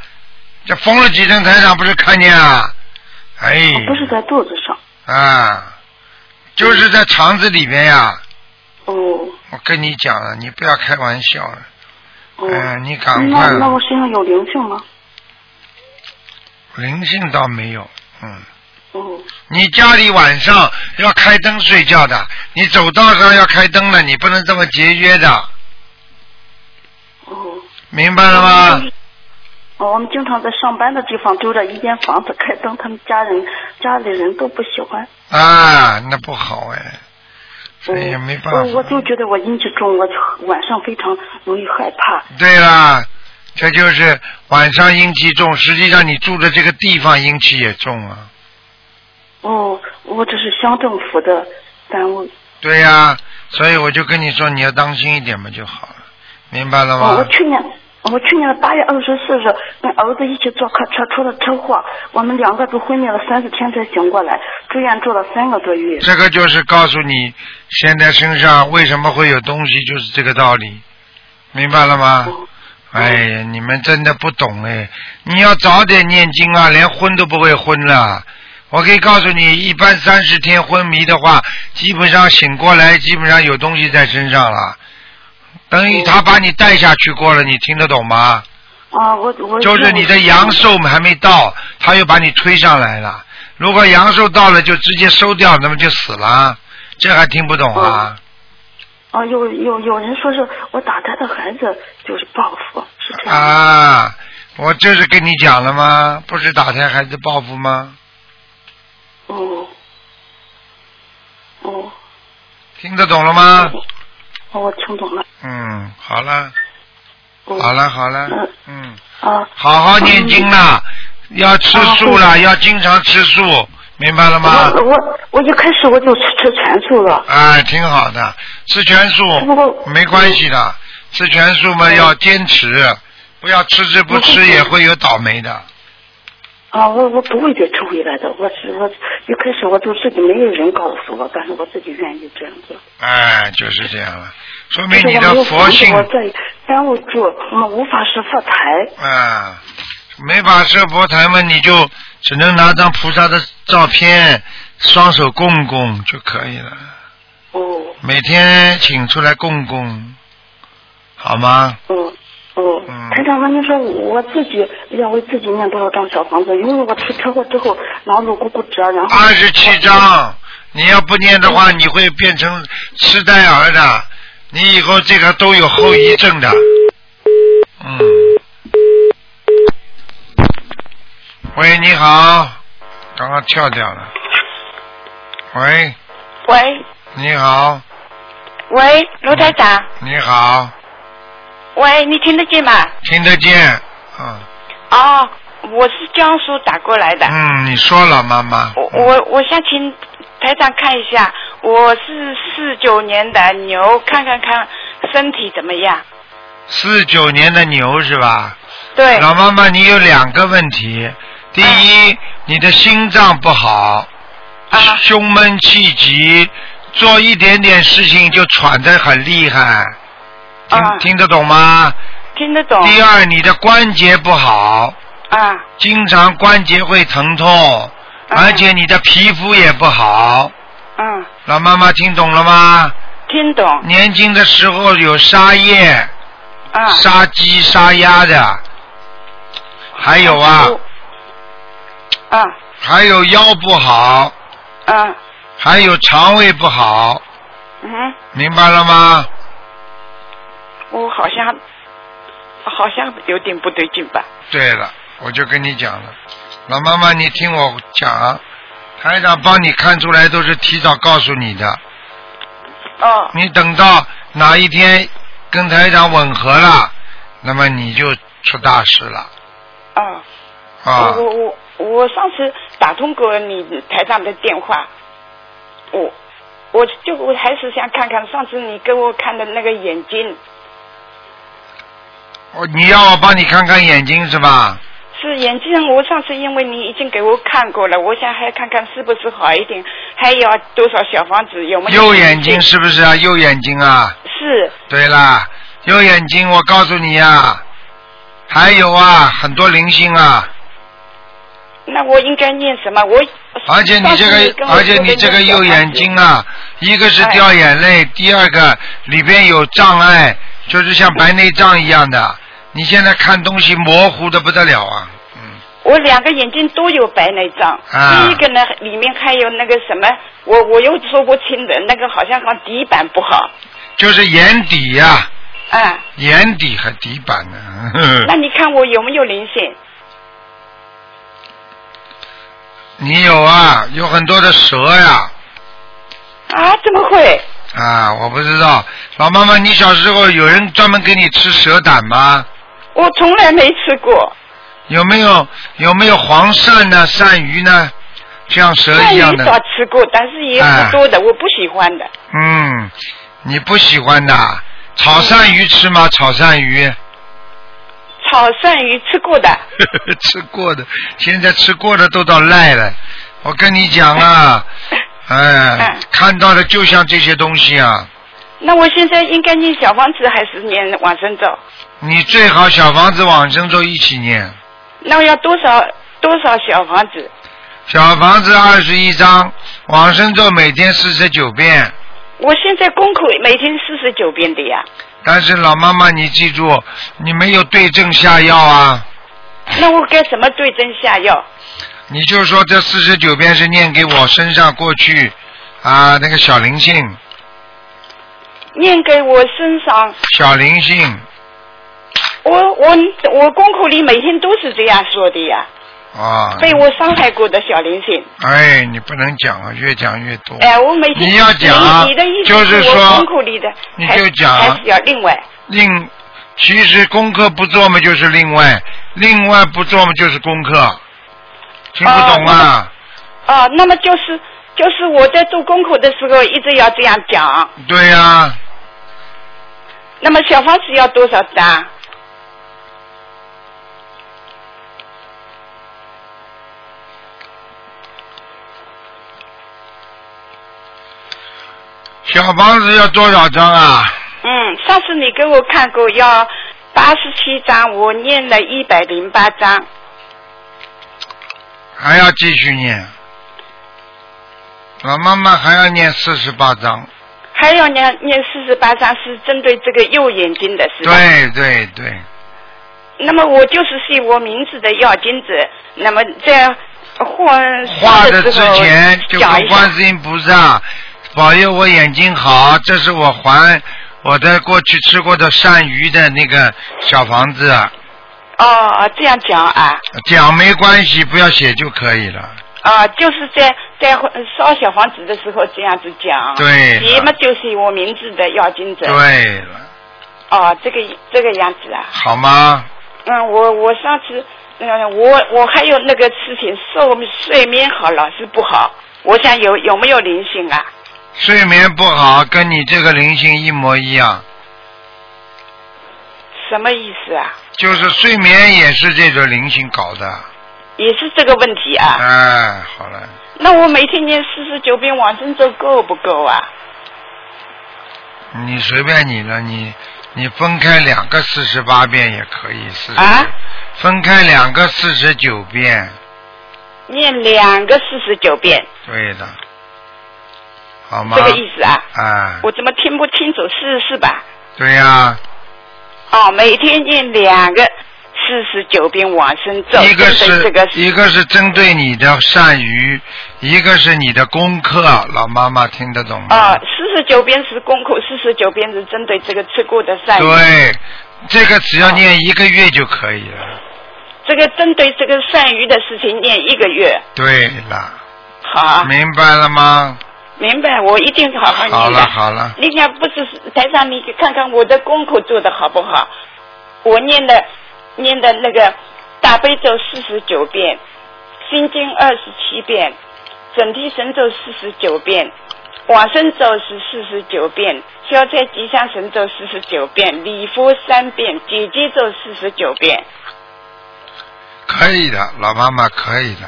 [SPEAKER 1] 这缝了几针，台长不是看见啊？哎，
[SPEAKER 8] 哦不是在肚子上。
[SPEAKER 1] 啊，就是在肠子里边呀、
[SPEAKER 8] 哦
[SPEAKER 1] 我跟你讲了，你不要开玩笑了。
[SPEAKER 8] 哦，
[SPEAKER 1] 哎你赶快
[SPEAKER 8] 那那我身上有灵性吗？
[SPEAKER 1] 灵性倒没有，嗯，
[SPEAKER 8] 哦
[SPEAKER 1] 你家里晚上要开灯睡觉的，你走道上要开灯的，你不能这么节约的，
[SPEAKER 8] 哦。
[SPEAKER 1] 明白了吗？
[SPEAKER 8] 哦，我们经常在上班的地方租着一间房子开灯，他们家人家里人都不喜欢。
[SPEAKER 1] 啊，那不好哎，所以
[SPEAKER 8] 嗯，
[SPEAKER 1] 没办法。
[SPEAKER 8] 我我就觉得我阴气重，我晚上非常容易害怕。
[SPEAKER 1] 对啦，这就是晚上阴气重，实际上你住的这个地方阴气也重啊。
[SPEAKER 8] 哦，我这是乡政府的单位。
[SPEAKER 1] 对呀、所以我就跟你说，你要当心一点嘛就好了，明白了
[SPEAKER 8] 哦，我
[SPEAKER 1] 吗？
[SPEAKER 8] 去年我去年八月二十四日跟儿子一起坐客车出了车祸，我们两个都昏迷了三四天才醒过来，住院住了三个多月。
[SPEAKER 1] 这个就是告诉你，现在身上为什么会有东西，就是这个道理，明白了吗？
[SPEAKER 8] 哦
[SPEAKER 1] 哎呀，你们真的不懂哎！你要早点念经啊，连昏都不会昏了。我可以告诉你，一般三十天昏迷的话，基本上醒过来，基本上有东西在身上了，等于他把你带下去过了，你听得懂吗？
[SPEAKER 8] 啊，我我
[SPEAKER 1] 就是你的阳寿还没到，他又把你推上来了。如果阳寿到了，就直接收掉，那么就死了。这还听不懂啊？
[SPEAKER 8] 啊，哦有有有人说是我打胎的孩子就是报复，是这样的。
[SPEAKER 1] 啊，我就是跟你讲了吗？不是打胎孩子报复吗？
[SPEAKER 8] 哦，哦，
[SPEAKER 1] 听得懂了吗？
[SPEAKER 8] 哦，我听懂了。
[SPEAKER 1] 嗯，好了，
[SPEAKER 8] 嗯、
[SPEAKER 1] 好了，好了
[SPEAKER 8] 嗯，
[SPEAKER 1] 嗯，
[SPEAKER 8] 啊，
[SPEAKER 1] 好好念经啦，
[SPEAKER 8] 嗯
[SPEAKER 1] 要吃素啦，要经常吃素，明白了吗？
[SPEAKER 8] 我我我一开始我就吃吃全素了。
[SPEAKER 1] 哎，挺好的，吃全素
[SPEAKER 8] 不过嗯
[SPEAKER 1] 没关系的，吃全素嘛要坚持，不要吃吃不吃也会有倒霉的。
[SPEAKER 8] 啊，我我不会再吃回来的。我是我一开始我就自己没有人告诉我，但是我自己愿意这样做。
[SPEAKER 1] 哎，就是这样了，说
[SPEAKER 8] 就
[SPEAKER 1] 明
[SPEAKER 8] 是
[SPEAKER 1] 你
[SPEAKER 8] 我没
[SPEAKER 1] 的
[SPEAKER 8] 有
[SPEAKER 1] 佛
[SPEAKER 8] 防止
[SPEAKER 1] 性
[SPEAKER 8] 我在耽误住，我们无法是佛台。
[SPEAKER 1] 啊，没法设佛台嘛，你就只能拿张菩萨的照片，双手供供就可以了。
[SPEAKER 8] 哦
[SPEAKER 1] 每天请出来供供，好吗？
[SPEAKER 8] 哦哦
[SPEAKER 1] 嗯，
[SPEAKER 8] 台长，那你说我自己要为自己念多少张小房子？因为我出车祸之后脑颅骨骨折，啊然后
[SPEAKER 1] 二十七章，你要不念的
[SPEAKER 9] 嗯
[SPEAKER 1] 话，你会变成痴呆儿的，你以后这个都有后遗症的。嗯。喂，你好，刚刚跳掉了。喂，
[SPEAKER 9] 喂
[SPEAKER 1] 你好，
[SPEAKER 9] 喂，卢台长，
[SPEAKER 1] 你好，
[SPEAKER 9] 喂，你听得见吗？
[SPEAKER 1] 听得见。嗯
[SPEAKER 9] 哦，我是江苏打过来的，
[SPEAKER 1] 嗯，你说了，妈妈。
[SPEAKER 9] 我我我想请台长看一下，我是四九年的牛，看看看身体怎么样？
[SPEAKER 1] 四九年的牛是吧？
[SPEAKER 9] 对，嗯
[SPEAKER 1] 老妈妈，你有两个问题。第一，你的心脏不好，
[SPEAKER 9] 啊
[SPEAKER 1] 胸闷气急，做一点点事情就喘得很厉害，听、
[SPEAKER 9] 啊
[SPEAKER 1] 听得懂吗？
[SPEAKER 9] 听得懂
[SPEAKER 1] 第二，你的关节不好，
[SPEAKER 9] 啊
[SPEAKER 1] 经常关节会疼痛，而且你的皮肤也不好。
[SPEAKER 9] 嗯，
[SPEAKER 1] 老妈妈听懂了吗？
[SPEAKER 9] 听懂
[SPEAKER 1] 年轻的时候有沙叶、
[SPEAKER 9] 啊。
[SPEAKER 1] 杀鸡、杀鸭的，还有啊。
[SPEAKER 9] 啊
[SPEAKER 1] 还有腰不好，
[SPEAKER 9] 啊
[SPEAKER 1] 还有肠胃不好，
[SPEAKER 9] 嗯，
[SPEAKER 1] 明白了吗？
[SPEAKER 9] 我好像好像有点不对劲吧？
[SPEAKER 1] 对了，我就跟你讲了，老妈妈，你听我讲，啊台长帮你看出来都是提早告诉你的，
[SPEAKER 9] 哦
[SPEAKER 1] 你等到哪一天跟台长吻合了，那么你就出大事了
[SPEAKER 9] 哦。
[SPEAKER 1] 啊！
[SPEAKER 9] 我我我我上次打通过你台长的电话，我我就我还是想看看上次你给我看的那个眼睛
[SPEAKER 1] 我哦你要我帮你看看眼睛是吧？
[SPEAKER 9] 是眼睛，我上次因为你已经给我看过了，我想还看看是不是好一点，还要多少小房子有没有？
[SPEAKER 1] 右眼睛是不是啊？右眼睛啊？
[SPEAKER 9] 是
[SPEAKER 1] 对啦，右眼睛，我告诉你呀、还有啊，很多灵性啊，
[SPEAKER 9] 那我应该念什么？我
[SPEAKER 1] 而且你这
[SPEAKER 9] 上次你
[SPEAKER 1] 个，
[SPEAKER 9] 跟我
[SPEAKER 1] 而且
[SPEAKER 9] 说的哎
[SPEAKER 1] 你这个
[SPEAKER 9] 那小
[SPEAKER 1] 右眼
[SPEAKER 9] 房子
[SPEAKER 1] 睛啊，一个是掉眼泪，第二个里边有障碍，就是像白内障一样的，你现在看东西模糊的不得了啊，嗯，
[SPEAKER 9] 我两个眼睛都有白内障，
[SPEAKER 1] 啊
[SPEAKER 9] 第一个呢里面还有那个什么，我我又说不清的那个好像好像底板不好，
[SPEAKER 1] 就是眼底呀、
[SPEAKER 9] 啊。
[SPEAKER 1] 眼底和底板啊呢、
[SPEAKER 9] 那你看我有没有灵性？
[SPEAKER 1] 你有啊，有很多的蛇呀、
[SPEAKER 9] 啊，怎么会？
[SPEAKER 1] 啊，我不知道，老妈妈，你小时候有人专门给你吃蛇胆吗？
[SPEAKER 9] 我从来没吃过。
[SPEAKER 1] 有没有有没有黄鳝呢、鳝鱼呢，像蛇
[SPEAKER 9] 那
[SPEAKER 1] 一
[SPEAKER 9] 也
[SPEAKER 1] 样
[SPEAKER 9] 少
[SPEAKER 1] 的？
[SPEAKER 9] 吃过，但是也不多
[SPEAKER 1] 啊
[SPEAKER 9] 的，我不喜欢的。
[SPEAKER 1] 嗯，你不喜欢的。炒鳝鱼吃吗？炒鳝鱼
[SPEAKER 9] 炒嗯鳝鱼吃过的，
[SPEAKER 1] 吃过的，现在吃过的都到赖了。我跟你讲 啊，哎
[SPEAKER 9] 嗯，
[SPEAKER 1] 看到的就像这些东西啊。
[SPEAKER 9] 那我现在应该念小房子还是念往生咒？
[SPEAKER 1] 你最好小房子往生咒一起念，
[SPEAKER 9] 那我要多少多少小房子？
[SPEAKER 1] 小房子二十一章，往生咒每天四十九遍。
[SPEAKER 9] 我现在功课每天四十九遍的 呀。
[SPEAKER 1] 但是老妈妈，你记住，你没有对症下药啊。
[SPEAKER 9] 那我该怎么对症下药？
[SPEAKER 1] 你就说这四十九遍是念给我身上过去啊那个小灵性，
[SPEAKER 9] 念给我身上，
[SPEAKER 1] 小灵性，
[SPEAKER 9] 我我我功课里每天都是这样说的呀，
[SPEAKER 1] 啊，
[SPEAKER 9] 被我伤害过的小灵性。
[SPEAKER 1] 哎，你不能讲啊，越讲越多。
[SPEAKER 9] 哎，我每天
[SPEAKER 1] 你要讲啊
[SPEAKER 9] 你你的意思
[SPEAKER 1] 就是说
[SPEAKER 9] 我功课里的，
[SPEAKER 1] 你
[SPEAKER 9] 还
[SPEAKER 1] 就讲啊
[SPEAKER 9] 还是要另外。
[SPEAKER 1] 另，其实功课不做嘛，就是另外；另外不做嘛，就是功课。听不懂啊？
[SPEAKER 9] 哦，那么就是就是我在做功课的时候一直要这样讲。
[SPEAKER 1] 对啊呀、
[SPEAKER 9] 那么小房子要多少张？
[SPEAKER 1] 小房子要多少张啊？
[SPEAKER 9] 嗯，上次你给我看过要八十七张，我念了一百零八张。
[SPEAKER 1] 还要继续念。老妈妈还要念四十八章。
[SPEAKER 9] 还要念念四十八章是针对这个右眼睛的是吧？。
[SPEAKER 1] 对对对，
[SPEAKER 9] 那么我就是写我名字的药金子，那么在画
[SPEAKER 1] 画
[SPEAKER 9] 的时
[SPEAKER 1] 的之
[SPEAKER 9] 候
[SPEAKER 1] 前就
[SPEAKER 9] 讲
[SPEAKER 1] 跟
[SPEAKER 9] 一下
[SPEAKER 1] 观。世音菩萨保佑我眼睛好，这是我还我的过去吃过的鳝鱼的那个小房子，啊
[SPEAKER 9] 哦，这样讲啊，
[SPEAKER 1] 讲没关系，不要写就可以了。
[SPEAKER 9] 啊，就是在在烧小房子的时候这样子讲。
[SPEAKER 1] 对了
[SPEAKER 9] 啊写嘛就是我名字的药金子。。
[SPEAKER 1] 对了，
[SPEAKER 9] 哦，这个这个样子啊。
[SPEAKER 1] 好吗？
[SPEAKER 9] 嗯，我我上次，嗯，我我还有那个事情，睡睡眠好老是不好，我想有有没有灵性啊？
[SPEAKER 1] 睡眠不好跟你这个灵性一模一样，
[SPEAKER 9] 什么意思啊？
[SPEAKER 1] 就是睡眠也是这个灵性搞的。
[SPEAKER 9] 也是这个问题啊。
[SPEAKER 1] 哎，好了，
[SPEAKER 9] 那我每天念四十九遍往生咒够不够啊？
[SPEAKER 1] 你随便你了，你你分开两个四十八遍也可以，四十、
[SPEAKER 9] 啊
[SPEAKER 1] 分开两个四十九遍，
[SPEAKER 9] 念两个四十九遍，
[SPEAKER 1] 对的，好吗？
[SPEAKER 9] 这个意思啊？
[SPEAKER 1] 啊，
[SPEAKER 9] 我怎么听不清楚？试试吧。
[SPEAKER 1] 对呀、
[SPEAKER 9] 哦，每天念两个四十九遍往生咒，
[SPEAKER 1] 一个
[SPEAKER 9] 针
[SPEAKER 1] 是
[SPEAKER 9] 对这个
[SPEAKER 1] 一个是针对你的善于，一个是你的功课，老妈妈听得懂吗？
[SPEAKER 9] 哦，四十九遍是功课，四十九遍是针对这个吃过的善意。
[SPEAKER 1] 对，这个只要念一个月就可以了。
[SPEAKER 9] 这个针对这个鳝鱼的事情念一个月，
[SPEAKER 1] 对了，
[SPEAKER 9] 好啊，
[SPEAKER 1] 明白了吗？
[SPEAKER 9] 明白，我一定好好念的。
[SPEAKER 1] 好了好了，
[SPEAKER 9] 另外，不是台上你看看我的功课做的好不好？我念的念的那个大悲咒四十九遍，心经二十七遍，整体神咒四十九遍，往生咒是四十九遍，消灾吉祥神咒四十九遍，礼佛三遍，姐姐咒四十九遍。
[SPEAKER 1] 可以的，老妈妈可以的，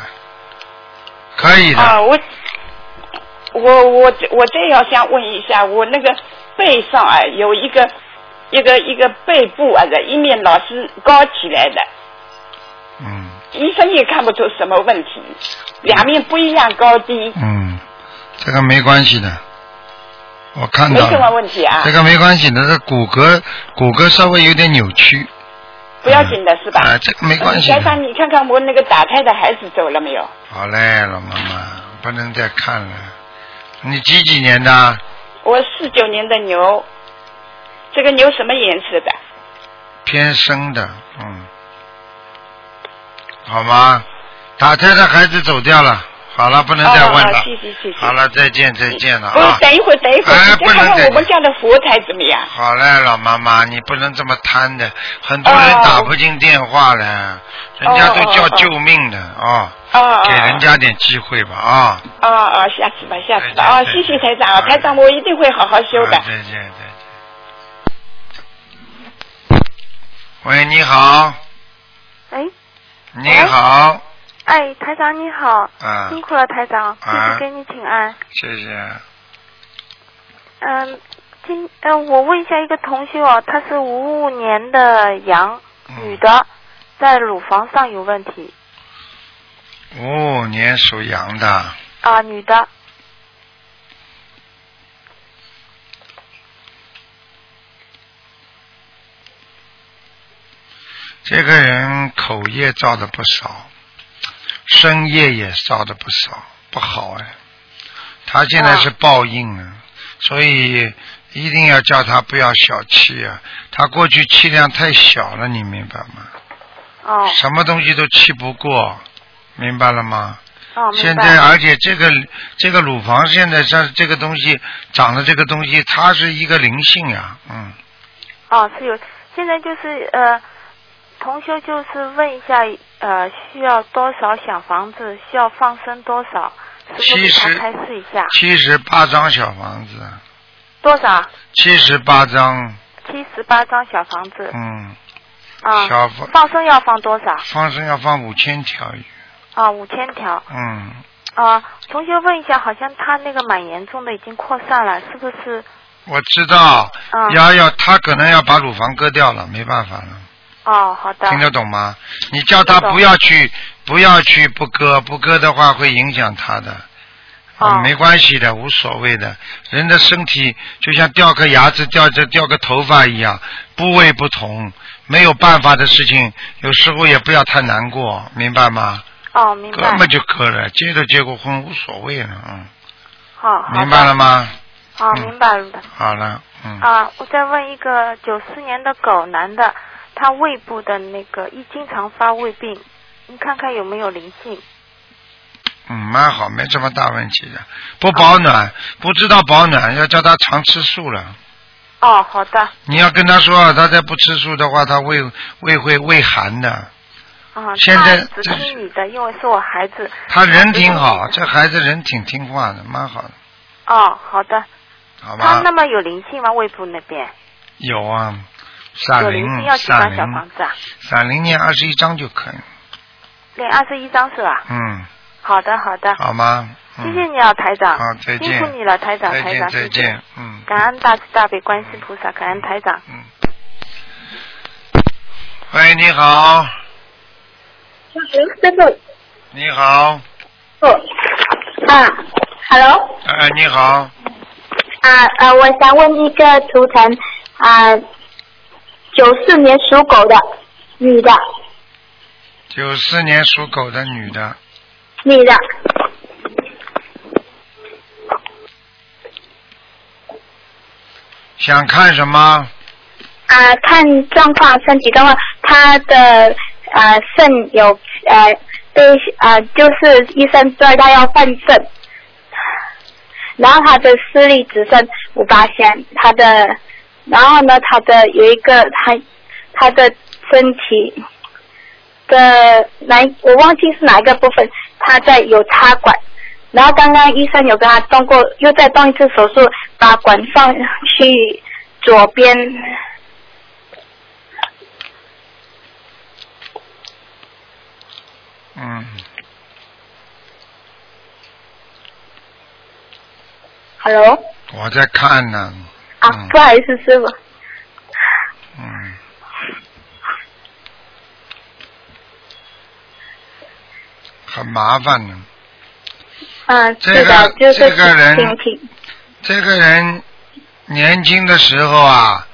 [SPEAKER 1] 可以的。
[SPEAKER 9] 啊，我我我我这要想问一下，我那个背上啊有一个一个一个背部啊的一面老是高起来的，
[SPEAKER 1] 嗯
[SPEAKER 9] 医生也看不出什么问题，两面不一样高低，
[SPEAKER 1] 嗯，这个没关系的，我看
[SPEAKER 9] 没
[SPEAKER 1] 到
[SPEAKER 9] 什么
[SPEAKER 1] 了。
[SPEAKER 9] 问题啊，
[SPEAKER 1] 嗯这个没关系的，这骨骼骨骼稍微有点扭曲
[SPEAKER 9] 不要紧的是吧？
[SPEAKER 1] 啊，这个没关系
[SPEAKER 9] 先
[SPEAKER 1] 的。
[SPEAKER 9] 生，你看看我那个打胎的孩子走了没有？
[SPEAKER 1] 好嘞，老妈妈，不能再看了。你几几年的？
[SPEAKER 9] 我四九年的牛，这个牛什么颜色的？
[SPEAKER 1] 偏生的，嗯，好吗？打胎的孩子走掉了，好了，不能再问了。
[SPEAKER 9] 哦谢嗯谢谢谢
[SPEAKER 1] 好了，再见，再见了
[SPEAKER 9] 不是
[SPEAKER 1] 啊，！
[SPEAKER 9] 等一会儿，等一会儿，
[SPEAKER 1] 哎
[SPEAKER 9] 你再看
[SPEAKER 1] 不能
[SPEAKER 9] 看
[SPEAKER 1] 再
[SPEAKER 9] 我们家的佛台怎么样？
[SPEAKER 1] 好嘞，老妈妈，你不能这么贪的，很多人
[SPEAKER 9] 哦
[SPEAKER 1] 打不进电话了，人家都叫
[SPEAKER 9] 哦哦哦
[SPEAKER 1] 救命的啊、
[SPEAKER 9] 啊啊！
[SPEAKER 1] 给人家点机会吧啊！
[SPEAKER 9] 哦哦，下次吧，下次吧。
[SPEAKER 1] 哎
[SPEAKER 9] 哦，
[SPEAKER 1] 对
[SPEAKER 9] 谢谢台
[SPEAKER 1] 对
[SPEAKER 9] 长啊，
[SPEAKER 1] 哎
[SPEAKER 9] 台长我一定会好好修的
[SPEAKER 1] 啊。再见，再见。喂，你好，
[SPEAKER 10] 哎，
[SPEAKER 1] 你好，
[SPEAKER 10] 哎，台长你好，
[SPEAKER 1] 啊
[SPEAKER 10] 辛苦了台长，弟
[SPEAKER 1] 啊
[SPEAKER 10] 子给你请安。
[SPEAKER 1] 谢谢。
[SPEAKER 10] 嗯，今呃，我问一下一个同修啊，她是五五年的羊，
[SPEAKER 1] 嗯
[SPEAKER 10] 女的，在乳房上有问题
[SPEAKER 1] 五五哦年属羊的，
[SPEAKER 10] 啊，女的，
[SPEAKER 1] 这个人口业造的不少，身
[SPEAKER 10] 哦
[SPEAKER 1] 业也造的不少，不好哎。他现在是报应啊，所以一定要叫他不要小气啊。他过去气量太小了，你明白吗？
[SPEAKER 10] 哦
[SPEAKER 1] 什么东西都气不过，明白了吗？
[SPEAKER 10] 哦，明
[SPEAKER 1] 现
[SPEAKER 10] 白
[SPEAKER 1] 在，而且这个这个乳房现在像这个东西长的这个东西，它是一个灵性呀、嗯，
[SPEAKER 10] 哦是有，现在就是呃，同修就是问一下呃，需要多少小房子，需要放生多少，师傅给
[SPEAKER 1] 70
[SPEAKER 10] 他开示一下，
[SPEAKER 1] 七十八张小房子，
[SPEAKER 10] 多少？
[SPEAKER 1] 七十八张，
[SPEAKER 10] 七十八张小房子
[SPEAKER 1] 嗯，
[SPEAKER 10] 啊，
[SPEAKER 1] 小房
[SPEAKER 10] 放生要放多少？
[SPEAKER 1] 放生要放五千条鱼，
[SPEAKER 10] 啊，五千条
[SPEAKER 1] 嗯，
[SPEAKER 10] 啊。同学问一下，好像他那个蛮严重的，已经扩散了，是不是？
[SPEAKER 1] 我知道，
[SPEAKER 10] 嗯
[SPEAKER 1] 要要他可能要把乳房割掉了，没办法了，
[SPEAKER 10] 哦，好的。
[SPEAKER 1] 听得懂吗？你叫他
[SPEAKER 10] 听得懂
[SPEAKER 1] 不要去，不要去不割，不割的话会影响他的。啊，没关系的，无所谓的。人的身体就像掉颗牙齿、掉这掉个头发一样，部位不同，没有办法的事情，有时候也不要太难过，明白吗？
[SPEAKER 10] 哦，明
[SPEAKER 1] 割
[SPEAKER 10] 白。
[SPEAKER 1] 嘛就割了，结都结过婚，无所谓了，嗯，
[SPEAKER 10] 好，好的
[SPEAKER 1] 明白了？吗？
[SPEAKER 10] 哦，
[SPEAKER 1] 嗯
[SPEAKER 10] 明白了。
[SPEAKER 1] 好了，嗯，
[SPEAKER 10] 啊，我再问一个九四年的狗男的，他胃部的那个一经常发胃病，你看看有没有灵性？
[SPEAKER 1] 嗯，蛮好，没什么大问题的。不保暖，不知道保暖，要叫他常吃素了。
[SPEAKER 10] 哦，好的，
[SPEAKER 1] 你要跟他说，他再不吃素的话，他胃胃会胃寒的。
[SPEAKER 10] 啊，
[SPEAKER 1] 现在
[SPEAKER 10] 他只听你的，因为是我孩子。
[SPEAKER 1] 他人挺好，这孩子人挺听话的，蛮好的，
[SPEAKER 10] 哦，好的。
[SPEAKER 1] 好
[SPEAKER 10] 他
[SPEAKER 1] 吧
[SPEAKER 10] 那？么有灵性吗？胃部那边
[SPEAKER 1] 有啊，
[SPEAKER 10] 有
[SPEAKER 1] 闪
[SPEAKER 10] 灵
[SPEAKER 1] 灵
[SPEAKER 10] 性要，几张
[SPEAKER 1] 闪
[SPEAKER 10] 小房
[SPEAKER 1] 灵，
[SPEAKER 10] 子啊？
[SPEAKER 1] 闪灵念二十一章就可以了，
[SPEAKER 10] 练二十一张是吧？
[SPEAKER 1] 嗯，
[SPEAKER 10] 好的，好的，
[SPEAKER 1] 好吗？嗯
[SPEAKER 10] 谢谢你啊，台长，
[SPEAKER 1] 好再见
[SPEAKER 10] 辛苦你了，台长，
[SPEAKER 1] 再
[SPEAKER 10] 台
[SPEAKER 1] 见，
[SPEAKER 10] 长，谢
[SPEAKER 1] 再
[SPEAKER 10] 谢
[SPEAKER 1] 见，嗯。
[SPEAKER 10] 感恩大慈大悲观世菩萨，感恩台长。
[SPEAKER 1] 喂，你好，
[SPEAKER 11] 师傅，
[SPEAKER 1] 你好，
[SPEAKER 11] 啊，Hello，
[SPEAKER 1] 哎，你好，
[SPEAKER 11] 啊呃，我想问一个图腾啊，九、四年属狗的女的，
[SPEAKER 1] 九四年属狗的女的，
[SPEAKER 11] 女的，
[SPEAKER 1] 想看什么？
[SPEAKER 11] 啊，看状况，身体状况，她的啊肾有呃被啊，就是医生说她要换肾，然后她的视力只剩五八线，她的，然后呢，她的有一个她她的身体的哪一我忘记是哪一个部分，她在有插管。然后刚刚医生有跟她动过，又再动一次手术，把管放去左边
[SPEAKER 1] 嗯，
[SPEAKER 11] Hello，
[SPEAKER 1] 我在看呢，
[SPEAKER 11] 啊，不好意思，师傅，
[SPEAKER 1] 嗯，很麻烦呢。
[SPEAKER 11] 嗯，
[SPEAKER 1] 这
[SPEAKER 11] 是的
[SPEAKER 1] 个，
[SPEAKER 11] 就是
[SPEAKER 1] 这个人
[SPEAKER 11] 挺挺，
[SPEAKER 1] 这个人年轻的时候啊，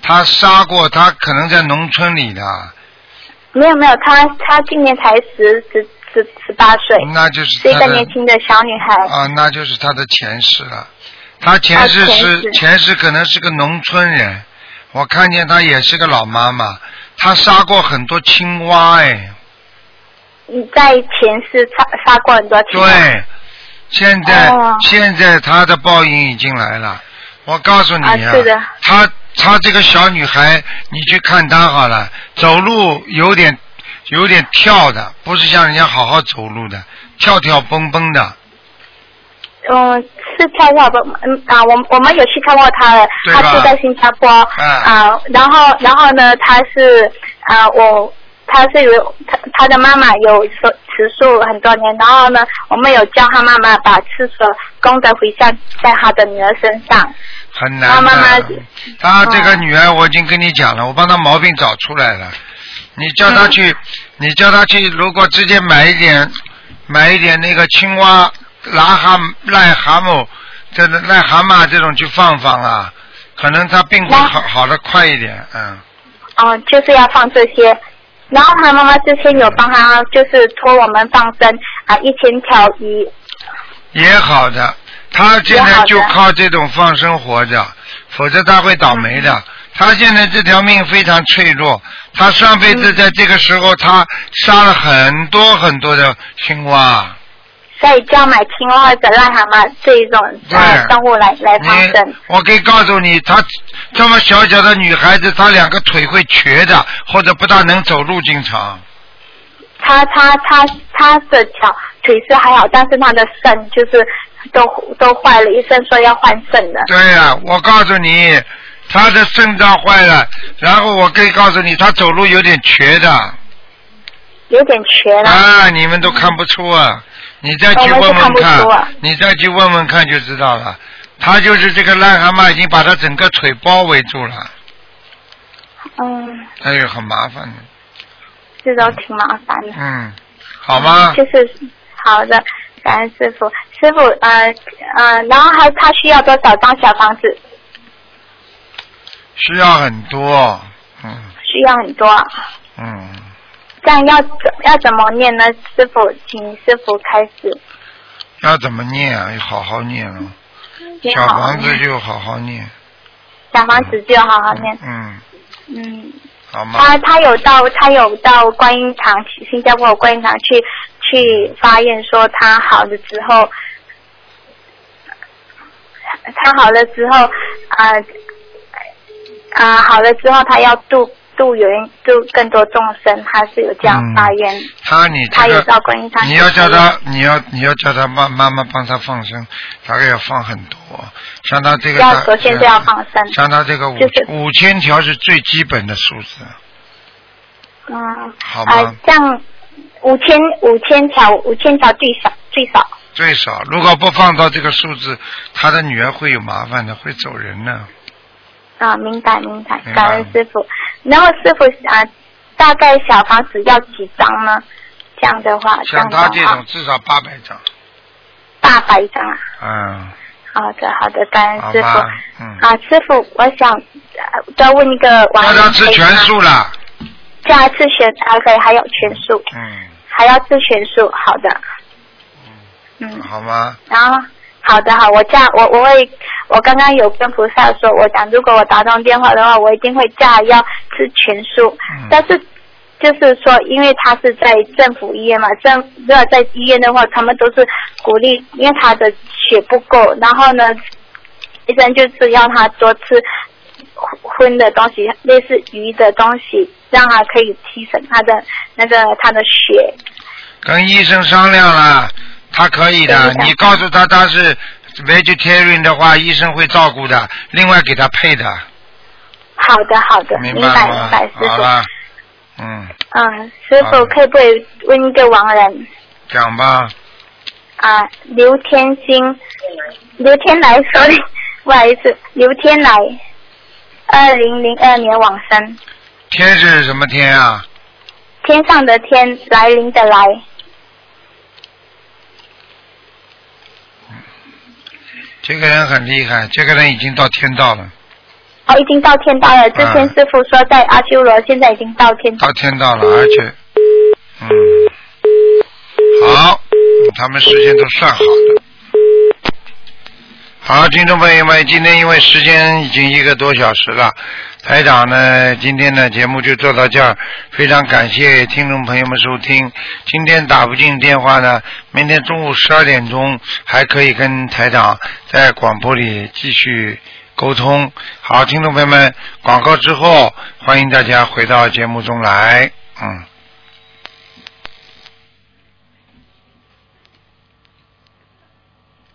[SPEAKER 1] 他杀过，他可能在农村里的，啊
[SPEAKER 11] 没有没有，她她今年才十十十十八岁，
[SPEAKER 1] 那就是
[SPEAKER 11] 是一
[SPEAKER 1] 他
[SPEAKER 11] 个
[SPEAKER 1] 的
[SPEAKER 11] 年轻的小女孩，
[SPEAKER 1] 啊，那就是他的前世了。他前世
[SPEAKER 11] 啊前
[SPEAKER 1] 是、
[SPEAKER 11] 世
[SPEAKER 1] 前世可能是个农村人，我看见他也是个老妈妈，他杀过很多青蛙哎，
[SPEAKER 11] 你在前世杀杀过很多次，
[SPEAKER 1] 对，现在、
[SPEAKER 11] 啊哦
[SPEAKER 1] 现在他的报应已经来了。我告诉你
[SPEAKER 11] 啊是的
[SPEAKER 1] 她她这个小女孩，你去看她好了，走路有点有点跳的，不是像人家好好走路的，跳跳蹦蹦的。
[SPEAKER 11] 嗯，是跳跳吧，嗯啊，我们我们有去看过她了，
[SPEAKER 1] 对吧嗯
[SPEAKER 11] 她住在新加坡，啊，然后然后呢，她是啊我。她是有她她的妈妈有说吃素很多年，然后呢，我们有叫她妈妈把吃素功德回向在她的女儿身上。
[SPEAKER 1] 很
[SPEAKER 11] 啊
[SPEAKER 1] 难的。
[SPEAKER 11] 妈嗯妈
[SPEAKER 1] 她这个女儿，我已经跟你讲了，我帮她毛病找出来了。你叫
[SPEAKER 11] 嗯
[SPEAKER 1] 她去，你叫她去，如果直接买一点，买一点那个青蛙、癞蛤、癞蛤蟆、这癞蛤蟆这种去放放啊，可能她病会好好的快一点，嗯。
[SPEAKER 11] 哦，就是要放这些。然后他妈妈之前有帮他，就是托我们放生啊，一千条鱼。
[SPEAKER 1] 也好的，他现
[SPEAKER 12] 我好
[SPEAKER 1] 在
[SPEAKER 12] 的
[SPEAKER 1] 就靠这种放生活着，否则他会倒霉的。他现在这条命非常脆弱，他上辈子在这个时候他杀了很多很多的青蛙。
[SPEAKER 11] 所以就要买青蛙或者癞蛤蟆这一种呃动物来来放生。
[SPEAKER 1] 我可以告诉你，她这么小小的女孩子，她两个腿会瘸的，或者不大能走路，经常。
[SPEAKER 11] 他他他他的脚腿是还好，但是他的肾就是都都坏了，医生说要换肾的。
[SPEAKER 1] 对呀、我告诉你，她的肾脏坏了，然后我可以告诉你，她走路有点瘸的。
[SPEAKER 11] 有点瘸了。
[SPEAKER 1] 啊，你们都看不出啊！你再去问
[SPEAKER 11] 我们是看
[SPEAKER 1] 问
[SPEAKER 11] 不
[SPEAKER 1] 看，
[SPEAKER 11] 出啊
[SPEAKER 1] 你再去问问看就知道了。他就是这个癞蛤蟆已经把他整个腿包围住了，
[SPEAKER 11] 嗯，
[SPEAKER 1] 哎呦，很麻烦的。
[SPEAKER 11] 这都挺麻烦的。
[SPEAKER 1] 嗯，好吗？
[SPEAKER 11] 就是好的，感恩师傅。师傅，呃呃，然后还他需要多少张小房子？
[SPEAKER 1] 需要很多，嗯
[SPEAKER 11] 需要很多，啊
[SPEAKER 1] 嗯，
[SPEAKER 11] 这样要怎要怎么念呢？师傅，请师傅开始。
[SPEAKER 1] 要怎么念啊？要好好念啊！
[SPEAKER 11] 念
[SPEAKER 1] 小
[SPEAKER 11] 好
[SPEAKER 1] 房子
[SPEAKER 11] 念
[SPEAKER 1] 就好好念，
[SPEAKER 11] 小房子就好好念。
[SPEAKER 1] 嗯，
[SPEAKER 11] 嗯，
[SPEAKER 1] 好吗？
[SPEAKER 11] 他他有到他有到观音堂去，新加坡有观音堂去去发愿说他好了之后，他好了之后，啊、啊、好了之后他要度度人度更多众生，他是有这样
[SPEAKER 1] 嗯
[SPEAKER 11] 发愿。
[SPEAKER 1] 他你
[SPEAKER 11] 他
[SPEAKER 1] 这
[SPEAKER 11] 有
[SPEAKER 1] 个
[SPEAKER 11] 到观音堂去
[SPEAKER 1] 你要叫
[SPEAKER 11] 发愿
[SPEAKER 1] 他，你要你要叫他妈妈妈帮他放生，大概要放很多，像他这个
[SPEAKER 11] 要
[SPEAKER 1] 大嗯
[SPEAKER 11] 首先就要放生
[SPEAKER 1] 像他这个五、
[SPEAKER 11] 就是
[SPEAKER 1] 五千条是最基本的数字，
[SPEAKER 11] 嗯，
[SPEAKER 1] 好吗？
[SPEAKER 11] 啊，这样五千五千条五千条最少最少。
[SPEAKER 1] 最少，如果不放到这个数字，他的女儿会有麻烦的，会走人呢。
[SPEAKER 11] 啊，明白明白
[SPEAKER 1] 明白，
[SPEAKER 11] 感恩师傅。然后师傅啊，大概小房子要几张呢？这样的话，
[SPEAKER 1] 像
[SPEAKER 11] 这样
[SPEAKER 1] 他
[SPEAKER 11] 的
[SPEAKER 1] 这
[SPEAKER 11] 话
[SPEAKER 1] 种，至少八百张，
[SPEAKER 11] 八百张啊。
[SPEAKER 1] 嗯，
[SPEAKER 11] 好的好的，感恩
[SPEAKER 1] 好
[SPEAKER 11] 师傅。
[SPEAKER 1] 吧，嗯，
[SPEAKER 11] 啊，师傅，我想呃再问一个网
[SPEAKER 1] 叫
[SPEAKER 11] 友，
[SPEAKER 1] 他吃全素了，
[SPEAKER 11] 下次选啊，对，还有全素，
[SPEAKER 1] 嗯，
[SPEAKER 11] 还要吃全素，好的。嗯，
[SPEAKER 1] 好吗？
[SPEAKER 11] 然后好的好，我嫁我我会，我刚刚有跟菩萨说，我想如果我打通电话的话，我一定会嫁要吃全素，但是。就是说，因为他是在政府医院嘛，政如果在医院的话，他们都是鼓励，因为他的血不够，然后呢，医生就是要他多吃荤荤的东西，类似鱼的东西，让他可以提升他的那个他的血。
[SPEAKER 1] 跟医生商量了，他可以的。你告诉他他是 vegetarian 的话，医生会照顾的，另外给他配的，
[SPEAKER 11] 好的，好的，
[SPEAKER 1] 明
[SPEAKER 11] 明白
[SPEAKER 1] 吗
[SPEAKER 11] 明白，？师
[SPEAKER 1] 好
[SPEAKER 11] 傅。
[SPEAKER 1] 吧，嗯，
[SPEAKER 11] 嗯，师
[SPEAKER 1] 好
[SPEAKER 11] 傅可不可以问一个亡人
[SPEAKER 1] 讲吧，
[SPEAKER 11] 啊？刘天星，刘天来，sorry，不 好意思，刘天来，二零零二年往生，
[SPEAKER 1] 天是什么天啊？
[SPEAKER 11] 天上的天，来临的来，
[SPEAKER 1] 这个人很厉害，这个人已经到天道了，
[SPEAKER 11] 哦，已经到天道了。之前师傅说在阿修罗，现在已经到天道。
[SPEAKER 1] 到天道了，而且，嗯，好，他们时间都算好的。好，听众朋友们，今天因为时间已经一个多小时了，台长呢，今天的节目就做到这儿，非常感谢听众朋友们收听。今天打不进电话呢，明天中午十二点钟还可以跟台长在广播里继续沟通。好，听众朋友们，广告之后，欢迎大家回到节目中来，嗯。